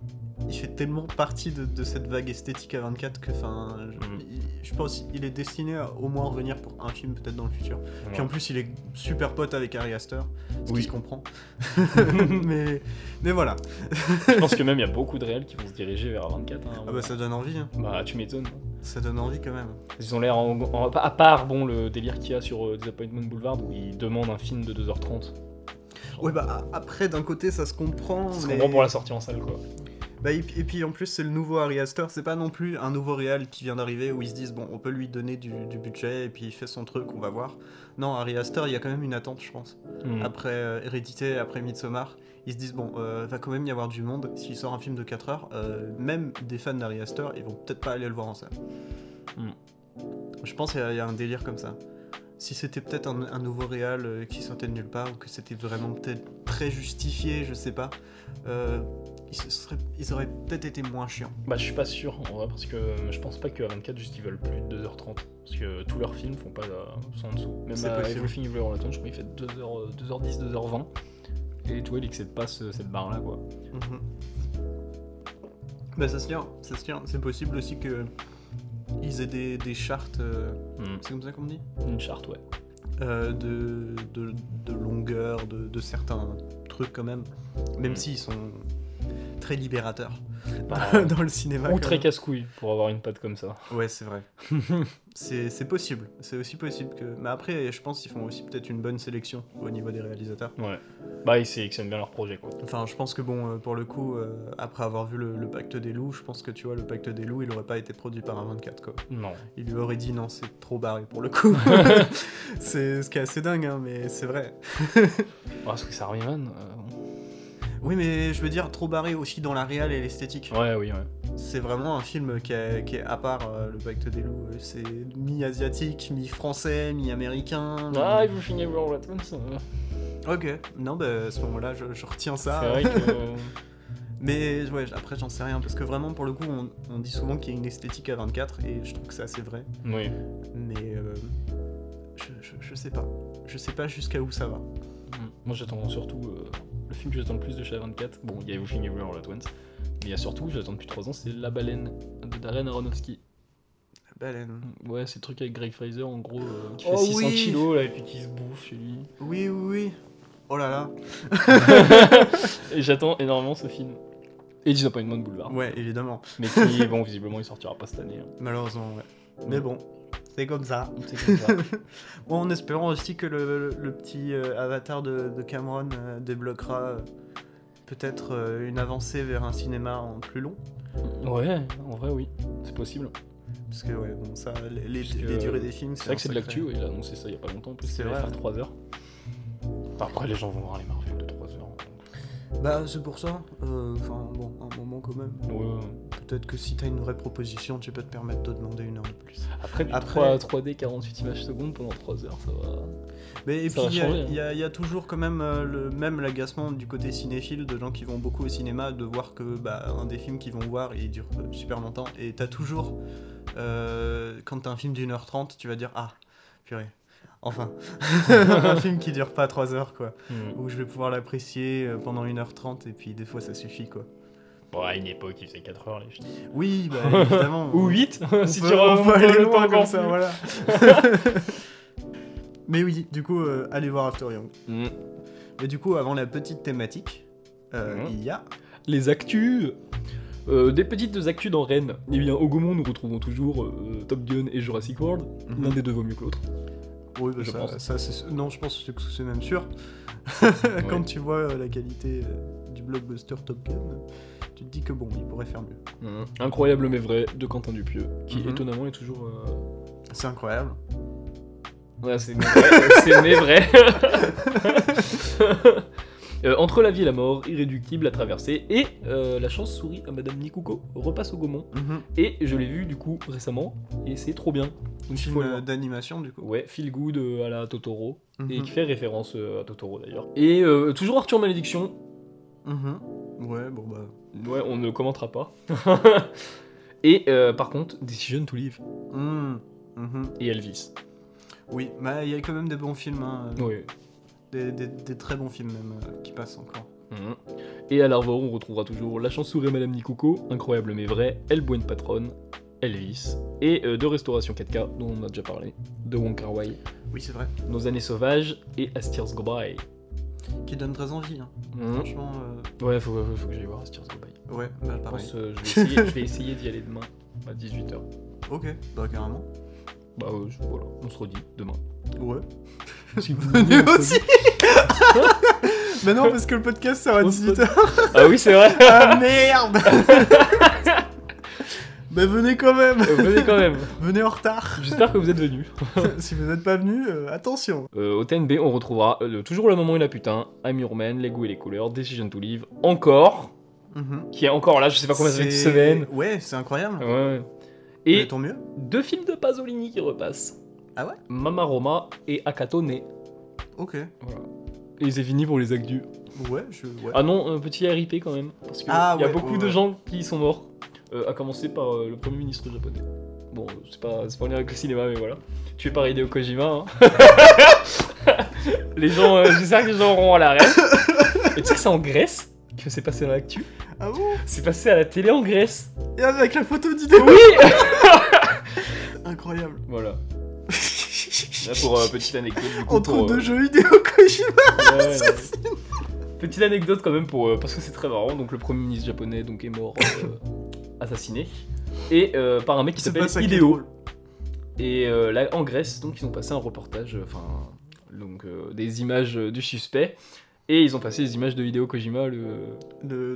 B: il fait tellement partie de, de cette vague esthétique à 24 que, enfin, je,
A: Mm.
B: il- je pense il est destiné à au moins revenir pour un film peut-être dans le futur. Puis en plus, il est super pote avec Harry Astor, ce
A: Oui.
B: qui se comprend. mais, mais voilà.
A: je pense que même, il y a beaucoup de réels qui vont se diriger vers A24. hein.
B: Ah bah, ça donne envie, hein.
A: Bah, tu m'étonnes.
B: ça donne envie quand même.
A: Ils ont l'air, en, en- à part bon, le délire qu'il y a sur euh, Disappointment Boulevard où ils demandent un film de 2h30. Genre,
B: Ouais, bah a- après, d'un côté, ça se comprend.
A: ça se
B: mais-
A: comprend pour la sortie en salle quoi.
B: Bah, et, puis- et puis en plus, c'est le nouveau Harry Astor, c'est pas non plus un nouveau réal qui vient d'arriver où ils se disent, bon, on peut lui donner du, du budget et puis il fait son truc, on va voir. Non, Harry Astor, il y a quand même une attente, je pense.
A: Hmm.
B: Après euh, Hérédité, après Midsommar, ils se disent, bon, euh, va quand même y avoir du monde. S'il sort un film de 4 heures, euh, même des fans d'Harry Astor, ils vont peut-être pas aller le voir en salle.
A: Hmm.
B: Je pense qu'il y, a- il y a un délire comme ça. Si c'était peut-être un, un nouveau réal euh, qui sortait de nulle part, ou que c'était vraiment peut-être très justifié, je sais pas, euh, ils, se seraient- ils auraient peut-être été moins chiants.
A: Bah, je suis pas sûr en vrai parce que je pense pas que A24 juste ils veulent plus de 2h30 parce que tous leurs films font pas la... sont en dessous. Même
B: C'est
A: à
B: possible.
A: Everything Everywhere All at Once, je crois qu'il fait euh, 2h, 2h10, 2h20 et tu vois, il excède pas ce- cette barre là quoi.
B: Mhm. Bah ça se tient, ça se tient. C'est possible aussi que ils aient des, des chartes, euh,
A: Hmm.
B: c'est comme ça qu'on dit
A: Une charte, ouais.
B: Euh, de, de, de longueur, de, de certains trucs quand même, même
A: Mhm.
B: s'ils sont très libérateurs
A: Bah,
B: dans le cinéma.
A: ou
B: quand
A: très
B: même.
A: casse-couille pour avoir une patte comme ça.
B: Ouais, c'est vrai. c'est c'est possible. C'est aussi possible que. Mais après, je pense qu'ils font aussi peut-être une bonne sélection au niveau des réalisateurs.
A: Ouais. Bah, ils sélectionnent bien leur projet quoi.
B: Enfin, je pense que bon, euh, pour le coup, euh, après avoir vu le, le Pacte des Loups, je pense que tu vois, le Pacte des Loups, il aurait pas été produit par un 24 quoi.
A: Non.
B: Il lui aurait dit non, c'est trop barré pour le coup. c'est ce qui est assez dingue, hein, mais c'est vrai.
A: Ah, Parce que ça hein, euh. Harryman.
B: Oui, mais je veux dire, trop barré aussi dans la réal et l'esthétique.
A: Ouais, oui, ouais.
B: C'est vraiment un film qui est, qui est à part euh, le Pacte des Loups. euh, C'est mi-asiatique, mi-français, mi-américain. mi-
A: Ah, vous finissez Everywhere All at Once. euh,
B: Ok, non, bah à ce moment-là, je, je retiens ça.
A: C'est vrai que. euh,
B: Mais ouais, après, j'en sais rien, parce que vraiment, pour le coup, on, on dit souvent qu'il y a une esthétique à 24, et je trouve que c'est assez vrai.
A: oui.
B: Mais euh, je, je, je sais pas. Je sais pas jusqu'à où ça va.
A: Mm. Moi j'attends surtout euh, le film que j'attends le plus de chez A24. Bon, il y a Everything Everywhere All at Once. Mais il y a surtout, j'attends depuis 3 ans, c'est La Baleine de Darren Aronofsky.
B: La baleine.
A: Mm. Ouais, c'est le truc avec Greg Fraser en gros euh, qui fait
B: Oh
A: 600
B: oui
A: kilos là et puis qui se bouffe chez lui.
B: Oui, oui, oui. Oh là là.
A: Et j'attends énormément ce film. Et Disappointment Boulevard.
B: Ouais, évidemment.
A: Mais qui, bon, visiblement il sortira pas cette année. hein.
B: Malheureusement, ouais. Mais bon, c'est comme ça.
A: C'est comme ça.
B: Bon, en espérant aussi que le, le- le petit euh, avatar de, de Cameron euh, débloquera euh, peut-être euh, une avancée vers un cinéma en plus long.
A: ouais, en vrai oui, c'est possible.
B: Parce que, ouais, bon, ça, les, les-
A: Parce que,
B: les durées des films,
A: C'est vrai que c'est de
B: un sacré-
A: l'actu, ouais, il a annoncé ça il y a pas longtemps, en plus
B: C'est
A: il va
B: vrai.
A: faire 3 heures. Après les gens vont voir les Marvel de 3 heures.
B: Bah, c'est pour ça. Euh, Enfin, bon, un moment quand même.
A: donc. Ouais, ouais.
B: Peut-être que si t'as une vraie proposition, tu peux te permettre de demander une heure de plus.
A: Après, du
B: Après-
A: 3, 3D 48 images secondes pendant 3 heures, ça va.
B: Mais et
A: Ça va
B: puis, il y, a-
A: changer, hein.
B: il y a- il y a toujours quand même euh, le même l'agacement du côté cinéphile de gens qui vont beaucoup au cinéma de voir que bah, un des films qu'ils vont voir il dure euh, super longtemps et t'as toujours euh, quand t'as un film d'une heure trente tu vas dire ah purée enfin un film qui dure pas trois heures quoi où je vais pouvoir l'apprécier euh, pendant une heure trente et puis des fois ça suffit quoi
A: Bon, à une époque, il faisait 4 heures, les filles.
B: oui bah évidemment
A: Ou 8,
B: on
A: si
B: peut-
A: tu
B: on
A: remontes
B: peut aller
A: le
B: loin
A: temps
B: comme
A: comme ça.
B: ça voilà mais oui du coup euh, allez voir After Young
A: Hmm.
B: Mais du coup, avant la petite thématique, euh,
A: Mhm.
B: il y a.
A: Les actus Euh, des petites deux actus dans Rennes. Eh bien, au Gaumont, nous retrouvons toujours euh, Top Gun et Jurassic World.
B: Hmm.
A: L'un des deux vaut mieux que l'autre.
B: Oui, bah,
A: Mhm. je
B: ça,
A: pense.
B: ça, c'est- non, je pense que c'est même sûr. Quand tu vois euh, la qualité euh, du blockbuster Top Gun, tu te dis que bon, il pourrait faire mieux.
A: Incroyable mais vrai de Quentin Dupieux, qui
B: Mhm.
A: étonnamment est toujours. euh,
B: C'est incroyable.
A: euh, Ouais, c'est mais vrai. c'est mais vrai. Euh, entre la vie et la mort, irréductible, la traversée, et euh, la chance sourit à Madame Nikuko, repasse au Gaumont.
B: Mhm.
A: Et je l'ai vu du coup récemment, et c'est trop bien. Donc, il
B: Film
A: faut le
B: euh,
A: voir.
B: d'animation, du coup.
A: Ouais, feel good euh, à la Totoro, et
B: Mhm.
A: qui fait référence euh, à Totoro d'ailleurs. Et euh, toujours Arthur Malédiction,
B: Mhm. Ouais, bon bah.
A: ouais, on ne commentera pas. et euh, par contre, Decision to Live,
B: Mhm. Mhm.
A: et Elvis.
B: Oui, mais il y a quand même des bons films, hein, euh,
A: Ouais.
B: des, des- des très bons films même euh, qui passent encore.
A: Mhm. Et à l'Arvor, on retrouvera toujours La Chance sourit à Madame Nikuko, Incroyable mais vrai, El Buen Patron, Elvis, et euh, de Restauration 4K, dont on a déjà parlé, de Wong Kar Wai,
B: Oui, c'est vrai.
A: Nos années sauvages et Astir's Goodbye.
B: Qui donne très envie, hein.
A: Mhm.
B: franchement. euh,
A: Ouais, faut, faut- faut que j'aille voir Astir's Goodbye.
B: Ouais, bah
A: Je
B: pareil.
A: pense, euh, je vais essayer, je vais essayer d'y aller demain à 18h.
B: Ok, bah carrément.
A: Bah euh, je- voilà, on se redit demain.
B: Ouais.
A: Si vous voulez,
B: Venez
A: on se
B: aussi Mais Bah non, parce que le podcast sera à
A: On se
B: 18h.
A: redit. Ah oui, c'est vrai.
B: Ah merde Bah venez quand même
A: Euh, Venez quand même.
B: Venez en retard
A: J'espère que vous êtes venus.
B: Si vous n'êtes pas venu, euh, attention
A: Euh, au TNB, on retrouvera euh, le- toujours la maman et la putain, Amurman, les goûts et les couleurs, Decision to Live, encore, qui est encore là, Mhm. je sais pas combien ça fait de
B: C'est- Ah
A: semaines.
B: Ouais, c'est incroyable.
A: Ouais.
B: Et
A: Et
B: tant mieux.
A: deux films de Pasolini qui repassent.
B: Ah ouais
A: Mama Roma et Akatone.
B: Ok.
A: Et c'est fini pour les actes du.
B: Ouais, je... Ouais.
A: Ah non, un petit RIP quand même, parce qu'il
B: Ah
A: y a
B: ouais,
A: beaucoup
B: ouais,
A: de
B: ouais.
A: gens qui sont morts, euh, à commencer par euh, le premier ministre japonais. Bon, euh, c'est pas, c'est pas en lien avec le cinéma, mais voilà. Tu es par Hideo Kojima. hein. les gens, euh, j'espère que les gens auront à l'arrêt. Et tu sais que c'est en Grèce que c'est passé dans l'actu
B: Ah bon
A: C'est passé à la télé en Grèce.
B: Et avec la photo d'idée
A: Oui
B: Incroyable
A: Voilà. Là pour euh, petite anecdote du coup.
B: Entre
A: pour,
B: deux
A: euh,
B: jeux vidéo Kojima
A: ouais, ouais.
B: assassine.
A: Petite anecdote quand même pour euh, parce que c'est très marrant. Donc le premier ministre japonais donc est mort euh, assassiné et euh, par un mec qui
B: C'est pas
A: s'appelle
B: ça qui est
A: Hideo.
B: drôle.
A: Et euh, là en Grèce donc ils ont passé un reportage, euh, enfin donc euh, des images euh, du suspect et ils ont passé les images de Hideo Kojima le
B: Le,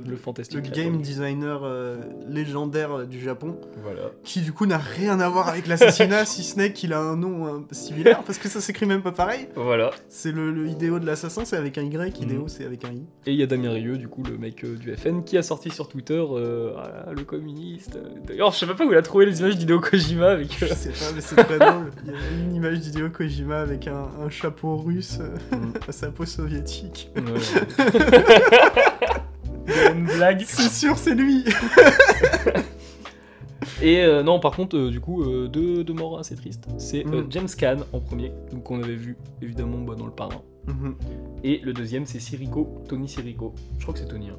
A: le
B: le,
A: fantastique. créateur
B: game
A: du-
B: designer euh, légendaire euh, du Japon,
A: Voilà.
B: qui du coup n'a rien à voir avec l'assassinat, si ce n'est qu'il a un nom euh, similaire, parce que ça s'écrit même pas pareil.
A: Voilà.
B: C'est le, le idéo de l'assassin, c'est avec un Y, idéo
A: Mhm.
B: c'est avec un I.
A: Et il y a Damien Rieu, du coup, le mec euh, du FN, qui a sorti sur Twitter euh, Ah, le communiste. D'ailleurs, je sais même pas où il a trouvé les images d'Hideo Kojima avec. euh,
B: Je sais pas, mais c'est très drôle. Il y a une image d'idéo Kojima avec un, un chapeau russe, euh,
A: Mhm.
B: à sa peau soviétique.
A: Ouais, ouais. Il y a une blague.
B: C'est sûr, c'est lui
A: Et euh, non, par contre, euh, du coup, euh, deux, deux morts assez tristes. C'est euh,
B: Mm.
A: James Caan en premier, donc qu'on avait vu évidemment bah, dans le parrain.
B: Mhm.
A: Et le deuxième, c'est Sirico, Tony Sirico. Je crois que c'est Tony. hein.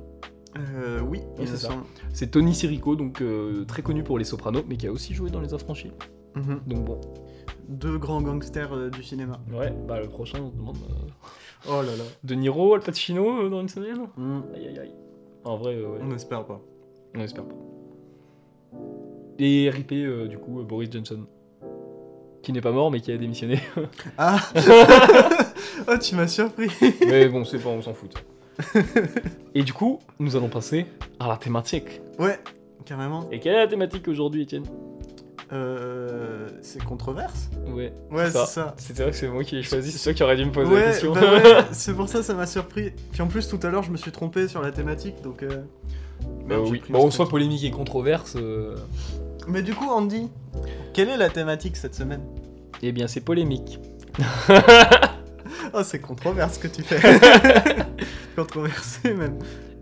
B: Euh, Oui,
A: Oui,
B: il
A: c'est
B: me
A: ça.
B: semble.
A: C'est Tony Sirico, donc euh, très connu pour Les Sopranos, mais qui a aussi joué dans Les Affranchis.
B: Mhm.
A: Donc bon,
B: Deux grands gangsters euh, du cinéma.
A: ouais, bah le prochain, on se demande. euh,
B: Oh là là.
A: De Niro, Al Pacino euh, dans une semaine
B: Mhm.
A: Aïe aïe aïe. En vrai, euh, ouais,
B: On espère pas.
A: on espère pas. Et RIP, euh, du coup, euh, Boris Johnson. Qui n'est pas mort, mais qui a démissionné.
B: Ah Oh, tu m'as surpris
A: Mais bon, c'est pas, on s'en fout. ça. Et du coup, nous allons passer à la thématique.
B: Ouais, carrément.
A: Et quelle est la thématique aujourd'hui, Étienne
B: Euh, c'est controverse
A: Ouais,
B: Ouais,
A: ça.
B: c'est ça.
A: c'est vrai que c'est moi qui l'ai choisi, c'est toi qui aurais dû me poser la
B: Ouais,
A: question.
B: bah ouais, c'est pour ça ça m'a surpris. Puis en plus tout à l'heure je me suis trompé sur la thématique donc. euh,
A: Bah
B: merde, j'ai
A: oui. Bah,
B: pris une
A: Bon, soit
B: seconde.
A: polémique et controverse, euh,
B: Mais du coup Andy, quelle est la thématique cette semaine
A: eh bien c'est polémique.
B: Oh c'est controverse ce que tu fais. Controversé même.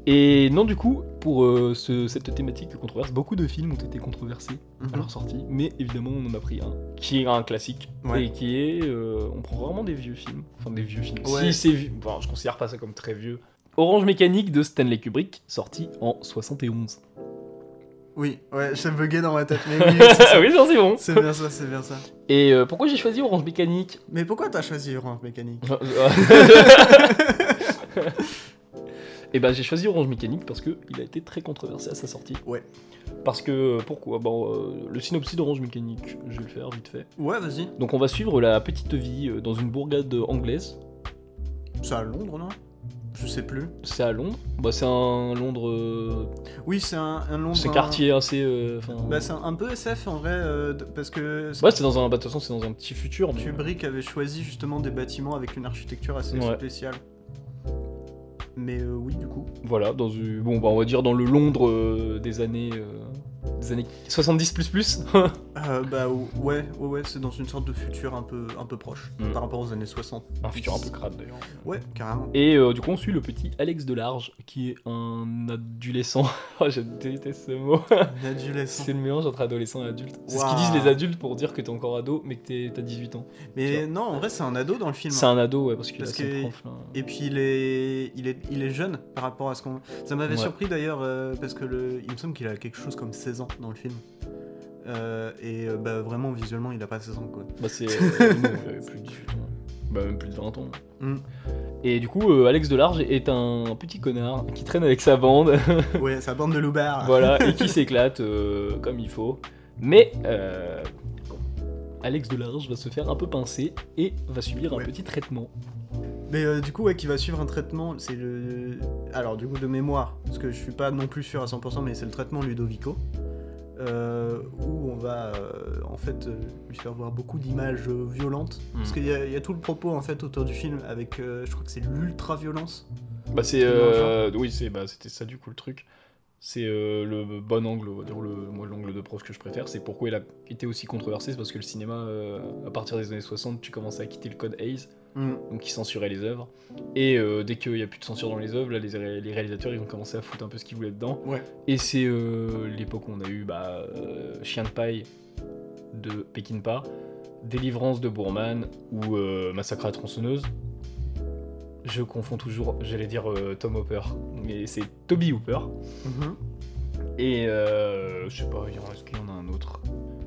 A: Et non, du coup, pour euh, ce- cette thématique controverse, beaucoup de films ont été controversés
B: Mhm.
A: à leur sortie, mais évidemment on en a pris un qui est un classique
B: Ouais.
A: et qui est, euh, on prend rarement des vieux films, enfin des vieux films.
B: Ouais.
A: Si c'est vieux, enfin, je considère pas ça comme très vieux. Orange Mécanique de Stanley Kubrick, sorti en 71.
B: Oui, ouais, j'ai bugué dans ma tête mais oui, c'est ça.
A: Ah oui, non, c'est bon.
B: C'est bien ça, c'est bien ça.
A: Et euh, pourquoi j'ai choisi Orange Mécanique
B: Mais pourquoi t'as choisi Orange Mécanique
A: Et ben j'ai choisi Orange Mécanique parce que il a été très controversé à sa sortie.
B: Ouais.
A: Parce que euh, pourquoi Bon, euh, le synopsis d'Orange Mécanique, je vais le faire vite fait.
B: Ouais, vas-y.
A: Donc on va suivre la petite vie euh, dans une bourgade anglaise
B: C'est à Londres, non Je sais plus.
A: C'est à Londres. Bah, c'est un Londres. euh,
B: Oui, c'est un, un Londres.
A: c'est
B: un-
A: quartier assez. euh, enfin,
B: hein. Bah, c'est un, un peu SF en vrai, euh, d- parce que
A: ouais, c'est dans un. Bah, de toute façon, c'est dans un petit futur. mais-
B: Kubrick avait choisi justement des bâtiments avec une architecture assez
A: Ouais.
B: spéciale. Mais euh, oui, du coup.
A: Voilà, dans du- bon, bah, on va dire dans le Londres euh, des années. euh, des années 70 plus plus.
B: Euh, bah ou- ouais, ouais, ouais, c'est dans une sorte de futur un peu, un peu proche
A: Mm.
B: par rapport aux années 60.
A: Un futur un peu crade d'ailleurs.
B: Ouais, carrément.
A: Et euh, du coup, on suit le petit Alex Delarge, qui est un adolescent. oh, je déteste ce mot.
B: Un adolescent.
A: c'est le mélange entre adolescent et adulte. C'est ce
B: Waouh.
A: qu'ils disent les adultes pour dire que t'es encore ado, mais que t'es- t'as 18 ans. tu
B: Mais non, en vrai, c'est un ado dans le film.
A: C'est un ado, ouais, parce qu'il a
B: Parce
A: son hein.
B: que-
A: prof. là.
B: Et puis il est, il est, il est jeune par rapport à ce qu'on. Ça m'avait
A: Ouais.
B: surpris d'ailleurs euh, parce que le, il me semble qu'il a quelque chose comme 16 ans dans le film. Euh, et euh, bah vraiment visuellement, il a pas 16 ans quoi.
A: Bah, c'est. euh, non, il avait plus de 18 ans. Bah, même plus de 20 ans.
B: Mm.
A: Et du coup, euh, Alex Delarge est un petit connard qui traîne avec sa bande.
B: Ouais, sa bande de loupards.
A: voilà, et qui s'éclate euh, comme il faut. Mais euh, Alex Delarge va se faire un peu pincer et va subir un
B: Ouais.
A: petit traitement.
B: Mais euh, du coup, ouais, qui va suivre un traitement, c'est le. Alors, du coup, de mémoire, parce que je suis pas non plus sûr à 100%, mais c'est le traitement Ludovico. euh, où on va euh, en fait euh, lui faire voir beaucoup d'images euh, violentes. Parce
A: Mm.
B: qu'il y, a- il y a tout le propos en fait autour du film avec, euh, je crois que c'est l'ultra violence.
A: Bah c'est
B: C'était dans le
A: euh, oui c'est bah c'était ça du coup le truc. C'est euh, le bon angle, on va dire le moi l'angle de proche que je préfère, c'est pourquoi il a été aussi controversé, c'est parce que le cinéma euh, à partir des années 60, tu commençais à quitter le code Hayes,
B: Hmm.
A: donc qui censurait les œuvres et euh, dès qu'il y a plus de censure dans les œuvres, là les, ré- les réalisateurs ils ont commencé à foutre un peu ce qu'ils voulaient dedans.
B: Ouais.
A: Et c'est euh, l'époque où on a eu bah, euh, Chien de paille de Pekinpa, Délivrance de Bourman ou euh, Massacre à la tronçonneuse. Je confonds toujours, j'allais dire euh, Tom Hopper, mais c'est Toby Hooper.
B: Mhm.
A: Et euh, je sais pas, il y en- est-ce qu'il y en a un autre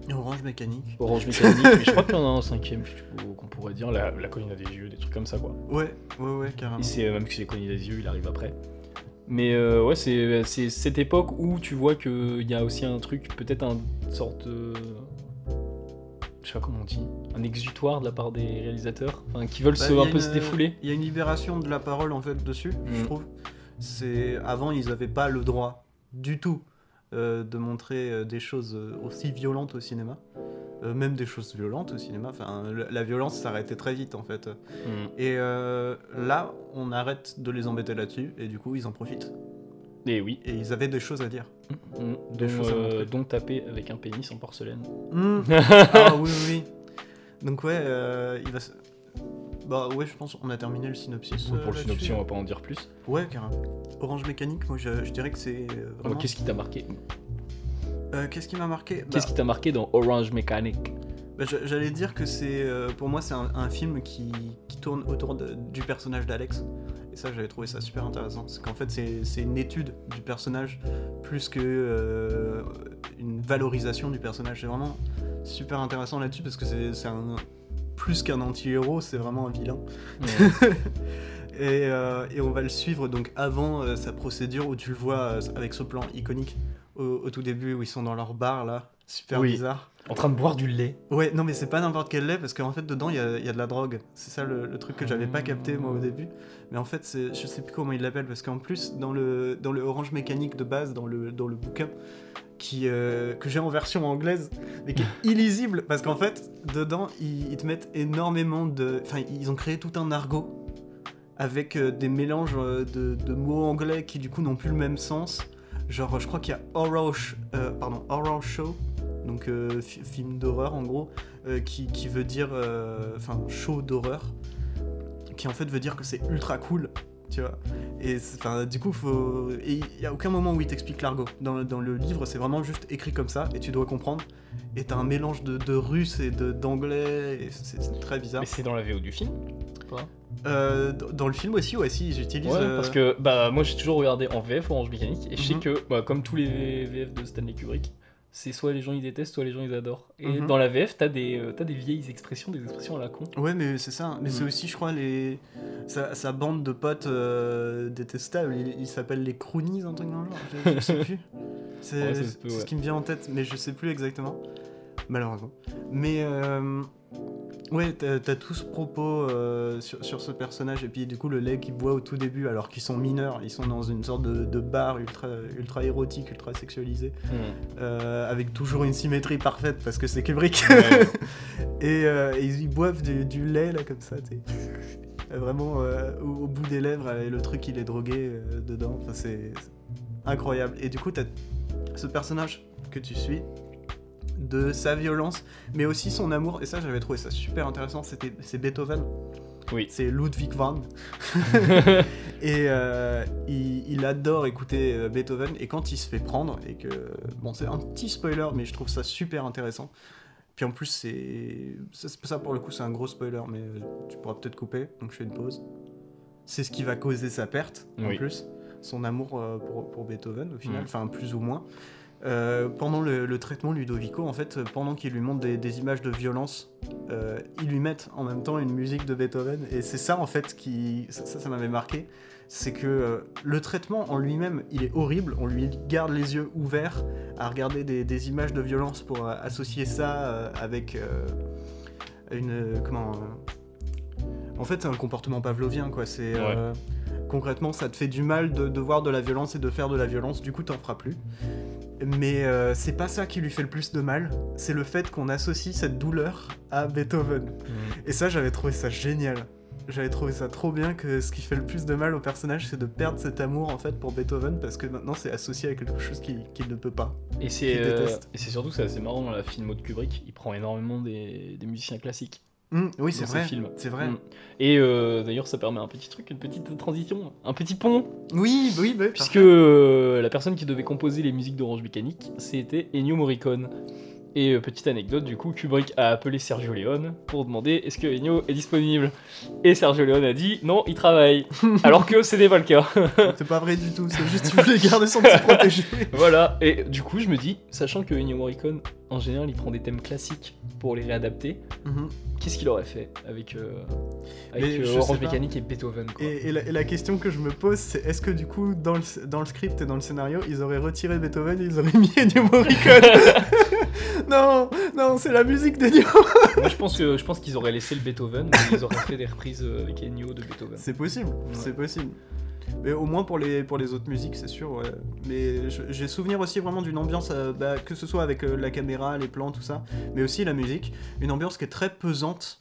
B: Et Orange mécanique.
A: Orange Mécanique, mais je crois qu'il y en a un cinquième je sais pas, qu'on pourrait dire, la, la colline à des yeux, des trucs comme ça quoi.
B: Ouais, ouais, ouais, carrément.
A: Et c'est euh, même que c'est connu des yeux, il arrive après. Mais euh, ouais, c'est c'est cette époque où tu vois qu'il y a aussi un truc, peut-être un sorte. euh, je sais pas comment on dit. Un exutoire de la part des réalisateurs, enfin, qui veulent
B: Bah,
A: se,
B: il y a
A: un peu
B: une-
A: se défouler.
B: Il y a une libération de la parole en fait dessus, je
A: Mm.
B: trouve. C'est avant ils n'avaient pas le droit du tout euh, de montrer euh, des choses euh, aussi violentes au cinéma, Euh, même des choses violentes au cinéma. Enfin, la la violence s'arrêtait très vite en fait. Et euh, là, on arrête de les embêter là-dessus et du coup ils en profitent.
A: Et oui.
B: Et ils avaient des choses à dire.
A: Mm.
B: Des
A: Dont,
B: choses à
A: euh,
B: montrer.
A: dont taper avec un pénis en porcelaine.
B: Mm. ah oui, oui, oui. Donc ouais, euh, il va. se- Bah ouais, je pense on a terminé le synopsis. euh,
A: Pour le
B: là-dessus.
A: synopsis, on va pas en dire plus.
B: Ouais, carrément. Orange Mécanique, moi je, je dirais que c'est. euh,
A: Euh,
B: vraiment-
A: Qu'est-ce qui t'a marqué
B: Euh, qu'est-ce qui m'a marqué Bah,
A: Qu'est-ce qui t'a marqué dans Orange Mechanic
B: bah, je- J'allais dire que c'est. euh, pour moi, c'est un, un film qui, qui tourne autour de- du personnage d'Alex. Et ça, j'avais trouvé ça super intéressant. C'est qu'en fait, c'est c'est une étude du personnage plus que euh, une valorisation du personnage. C'est vraiment super intéressant là-dessus parce que c'est c'est un. Plus qu'un anti-héros, c'est vraiment un vilain.
A: Ouais.
B: Et, euh, et on va le suivre donc avant euh, sa procédure où tu le vois euh, avec ce plan iconique au, au tout début où ils sont dans leur bar là, super
A: Oui.
B: bizarre.
A: En train de boire du lait.
B: Ouais, non mais c'est pas n'importe quel lait parce qu'en fait dedans il y a, il y a de la drogue. C'est ça le, le truc que j'avais pas capté moi au début. Mais en fait c'est- je sais plus comment il l'appelle parce qu'en plus dans le, dans le orange mécanique de base, dans le, dans le bouquin qui, euh, que j'ai en version anglaise mais qui est illisible parce qu'en fait dedans ils, ils te mettent énormément de... Enfin ils ont créé tout un argot avec euh, des mélanges euh, de, de mots anglais qui du coup n'ont plus le même sens. Genre, je crois qu'il y a horror, sh- euh, pardon, horror show, donc euh, fi- film d'horreur en gros, euh, qui, qui veut dire, euh, enfin, show d'horreur, qui en fait veut dire que c'est ultra cool, tu vois. Et c'est- enfin, du coup, faut, et il y a aucun moment où il t'explique l'argot. Dans, le- dans le livre, c'est vraiment juste écrit comme ça et tu dois comprendre. Et t'as un mélange de, de russe et de- d'anglais, et c'est c'est très bizarre.
A: Mais c'est dans la VO du film.
B: Euh, dans dans le film aussi, ouais, si, j'utilise.
A: Ouais,
B: euh,
A: parce que bah moi j'ai toujours regardé en VF Orange Mécanique et je sais
B: Mhm.
A: que bah, comme tous les VF de Stanley Kubrick, c'est soit les gens ils détestent, soit les gens ils adorent. Et
B: Mhm.
A: dans la VF, t'as des euh, t'as des vieilles expressions, des expressions à la con.
B: Ouais, mais c'est ça. Mais c'est
A: Mm.
B: aussi, je crois, les... sa, sa bande de potes euh, détestables. Ils ils s'appellent les croonies, un truc dans le genre. Je, je sais plus. C'est
A: Ouais, ça se
B: c'est
A: peut, ouais.
B: ce qui me vient en tête, mais je sais plus exactement. Malheureusement. Mais euh, ouais, t'as t'as tout ce propos euh, sur, sur ce personnage. Et puis, du coup, le lait qu'ils boit au tout début, alors qu'ils sont mineurs, ils sont dans une sorte de, de bar ultra, ultra érotique, ultra sexualisé. Euh, avec toujours une symétrie parfaite parce que c'est Kubrick.
A: Ouais.
B: et, euh, et ils, ils boivent du, du lait là comme ça. tu sais. Vraiment, euh, au, au bout des lèvres, elle- le truc, il est drogué euh, dedans. Enfin, c'est c'est incroyable. Et du coup, t'as ce personnage que tu suis, de sa violence, mais aussi son amour. Et ça, j'avais trouvé ça super intéressant. C'était, c'est Beethoven.
A: Oui.
B: C'est Ludwig van. Mhm. et euh, il, il adore écouter euh, Beethoven. Et quand il se fait prendre, et que bon, c'est un petit spoiler, mais je trouve ça super intéressant. Puis en plus, c'est ça, c'est- ça, pour le coup, c'est un gros spoiler, mais euh, tu pourras peut-être couper. Donc je fais une pause. C'est ce qui va causer sa perte en
A: Oui.
B: plus, son amour euh, pour, pour Beethoven au final,
A: Mm.
B: enfin plus ou moins. Euh, pendant le, le traitement Ludovico, en fait, euh, pendant qu'il lui montre des, des images de violence, euh, ils lui mettent en même temps une musique de Beethoven. Et c'est ça, en fait, qui. Ça, ça, ça m'avait marqué. C'est que euh, le traitement en lui-même, il est horrible. On lui garde les yeux ouverts à regarder des, des images de violence pour euh, associer ça euh, avec euh, une. euh, comment. euh, En fait, c'est un comportement pavlovien, quoi. C'est.
A: Ouais.
B: euh, Concrètement, ça te fait du mal de, de voir de la violence et de faire de la violence, du coup t'en feras plus. Mais euh, c'est pas ça qui lui fait le plus de mal, c'est le fait qu'on associe cette douleur à Beethoven. Et ça, j'avais trouvé ça génial. J'avais trouvé ça trop bien que ce qui fait le plus de mal au personnage, c'est de perdre cet amour en fait pour Beethoven parce que maintenant c'est associé à quelque chose qu'il qu'il ne peut pas.
A: Et c'est
B: Qu'il
A: euh,
B: déteste.
A: et c'est surtout que c'est assez marrant dans la filmo de Kubrick, il prend énormément des, des musiciens classiques.
B: Hum, oui,
A: Dans
B: c'est
A: ce
B: vrai.
A: film.
B: C'est vrai.
A: Mm. Et euh, d'ailleurs, ça permet un petit truc, une petite transition, un petit pont,
B: Oui, oui, oui.
A: puisque euh, la personne qui devait composer les musiques d'Orange Mécanique, c'était Ennio Morricone. Et euh, petite anecdote, du coup, Kubrick a appelé Sergio Leone pour demander est-ce que Ennio est disponible. Et Sergio Leone a dit non, il travaille. Alors que c'était pas le cas.
B: C'est pas vrai du tout, c'est juste qu'il voulait garder son petit protégé.
A: Voilà, et du coup, je me dis, sachant que Ennio Morricone, en général, il prend des thèmes classiques pour les réadapter,
B: Mhm.
A: qu'est-ce qu'il aurait fait avec, euh, avec
B: Mais
A: euh,
B: je sais
A: Orange
B: pas.
A: Mécanique et Beethoven quoi.
B: Et, et la, et la question que je me pose, c'est est-ce que du coup, dans le, dans le script et dans le scénario, ils auraient retiré Beethoven et ils auraient mis Ennio Morricone Non, non, c'est la musique d'Ennio
A: Moi, je pense, que, je pense qu'ils auraient laissé le Beethoven, mais ils auraient fait des reprises euh, avec Ennio de Beethoven.
B: C'est possible, c'est possible. Mais au moins pour les, pour les autres musiques, c'est sûr, ouais. Mais je- j'ai souvenir aussi vraiment d'une ambiance, euh, bah, que ce soit avec euh, la caméra, les plans, tout ça, mais aussi la musique, une ambiance qui est très pesante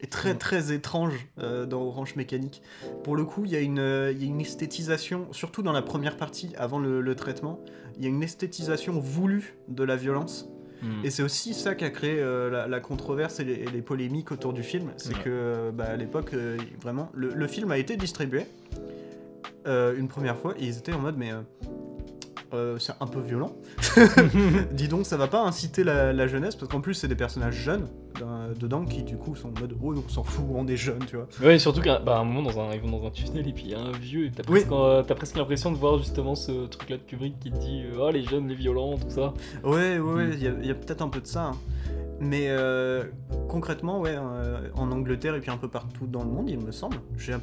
B: et très
A: Mm.
B: très étrange euh, dans Orange Mécanique. Pour le coup, il y, a une, euh, il y a une esthétisation, surtout dans la première partie, avant le, le traitement, il y a une esthétisation voulue de la violence.
A: Hmm.
B: Et c'est aussi ça qui a créé euh, la, la controverse et les, et les polémiques autour du film. C'est
A: Ouais.
B: que, euh, bah, à l'époque, euh, vraiment, le, le film a été distribué euh, une première fois et ils étaient en mode, mais euh, euh, c'est un peu violent. Dis donc, ça va pas inciter la, la jeunesse parce qu'en plus, c'est des personnages jeunes d'un- dedans qui, du coup, sont en mode, oh, on s'en fout, on est jeunes, tu vois.
A: ouais, surtout qu'à bah, à un moment, dans un, ils vont dans un tunnel et puis il y a un vieux, et t'as
B: Oui.
A: presque, euh, t'as presque l'impression de voir justement ce truc-là de Kubrick qui te dit euh, Oh, les jeunes, les violents, tout ça.
B: Ouais, ouais, ouais,
A: Mm.
B: il y a- il y a, peut-être un peu de ça. hein. Mais euh, concrètement, ouais, euh, en Angleterre et puis un peu partout dans le monde, il me semble, j'ai un,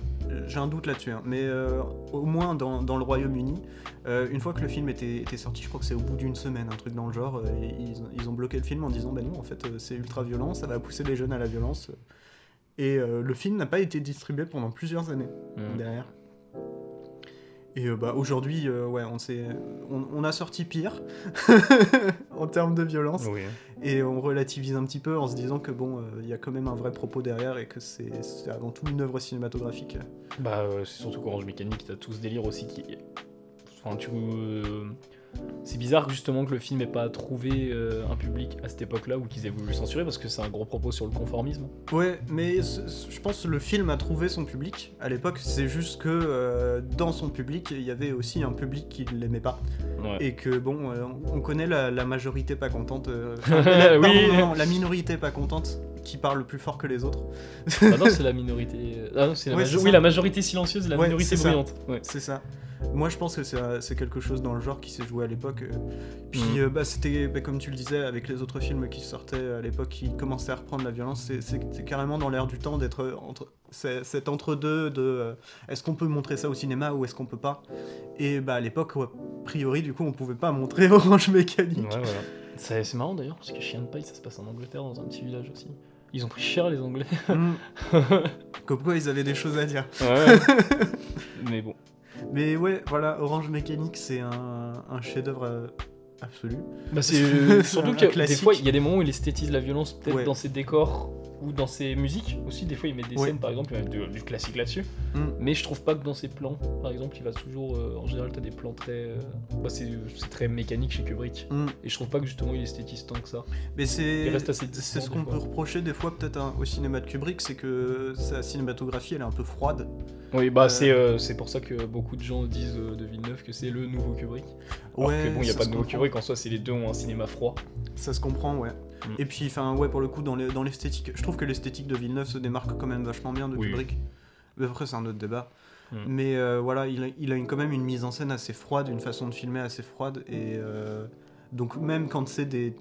B: j'ai un doute là-dessus, hein. mais euh, au moins dans, dans le Royaume-Uni, euh, une fois que le film était, était sorti, je crois que c'est au bout d'une semaine, un truc dans le genre, euh, et ils, ont- ils ont bloqué le film en disant, bah non, en fait, euh, c'est ultra violent, ça va pousser les jeunes à la violence. Et euh, le film n'a pas été distribué pendant plusieurs années
A: Hmm.
B: derrière. Et euh, bah, aujourd'hui, euh, ouais, on, s'est- on, on a sorti pire en termes de violence.
A: Oui.
B: Et on relativise un petit peu en se disant que bon, euh, il y a quand même un vrai propos derrière et que c'est c'est avant tout une œuvre cinématographique.
A: Bah, euh, c'est surtout qu'Orange Mécanique, t'as tout ce délire aussi qui. Enfin, tu. euh, C'est bizarre justement que le film ait pas trouvé euh, un public à cette époque-là ou qu'ils aient voulu le censurer parce que c'est un gros propos sur le conformisme.
B: Ouais, mais ce- ce- je pense que le film a trouvé son public à l'époque. C'est juste que euh, dans son public, il y avait aussi un public qui ne l'aimait pas.
A: Ouais.
B: Et que bon, euh, on connaît la, la majorité pas contente. euh, la,
A: Oui.
B: pardon, non, la minorité pas contente qui parle plus fort que les autres.
A: Ah non, c'est la minorité. Ah non, c'est la
B: Ouais,
A: majo-
B: c'est
A: Oui,
B: ça.
A: la majorité silencieuse et la
B: Ouais,
A: minorité
B: c'est ça.
A: bruyante. Ouais.
B: C'est ça. Moi, je pense que c'est euh, c'est quelque chose dans le genre qui s'est joué à l'époque. euh. Puis,
A: Mhm.
B: euh, bah, c'était, bah, comme tu le disais, avec les autres films qui sortaient à l'époque, qui commençaient à reprendre la violence, c'est- c'est c'est carrément dans l'air du temps d'être euh, entre c'est- cet entre-deux de euh, est-ce qu'on peut montrer ça au cinéma ou est-ce qu'on peut pas Et bah, à l'époque, ouais, a priori, du coup, on pouvait pas montrer Orange Mécanique.
A: Ouais, voilà. C'est c'est marrant d'ailleurs, parce que Chien de Paille, ça se passe en Angleterre, dans un petit village aussi. Ils ont pris cher les Anglais.
B: Mhm. Comme quoi, ils avaient des choses à dire.
A: Ouais. Mais bon.
B: Mais ouais, voilà, Orange Mécanique, c'est un, un chef-d'œuvre euh, absolu.
A: Bah, c'est
B: C'est un
A: surtout que des
B: classique.
A: fois, il y a des moments où il esthétise la violence, peut-être
B: Ouais.
A: dans ses décors ou dans ses musiques aussi. Des fois, il met des
B: Ouais.
A: scènes, par exemple, il y a du, du classique là-dessus.
B: Mm.
A: Mais je trouve pas que dans ses plans, par exemple, il va toujours. euh, en général, t'as des plans très. euh, bah, c'est c'est très mécanique chez Kubrick.
B: Mm.
A: Et je trouve pas que justement il esthétise tant que ça.
B: Mais
A: Il
B: c'est
A: reste assez distant,
B: c'est ce
A: des
B: qu'on
A: fois.
B: peut reprocher des fois peut-être hein, au cinéma de Kubrick, c'est que sa cinématographie elle est un peu froide.
A: Oui, bah
B: Euh.
A: c'est euh, c'est pour ça que beaucoup de gens disent euh, de Villeneuve que c'est le nouveau Kubrick. Alors que bon, il n'y a
B: ça
A: pas
B: se
A: de nouveau
B: comprend.
A: Kubrick en soi, c'est les deux ont un cinéma froid.
B: Ça se comprend, ouais.
A: Mm.
B: Et puis, enfin, ouais, pour le coup, dans le- dans l'esthétique, je trouve que l'esthétique de Villeneuve se démarque quand même vachement bien de
A: Oui.
B: Kubrick. Mais Après, c'est un autre débat.
A: Mm.
B: Mais euh, voilà, il a, il a une- quand même une mise en scène assez froide, une façon de filmer assez froide. Et euh, donc, même quand c'est des,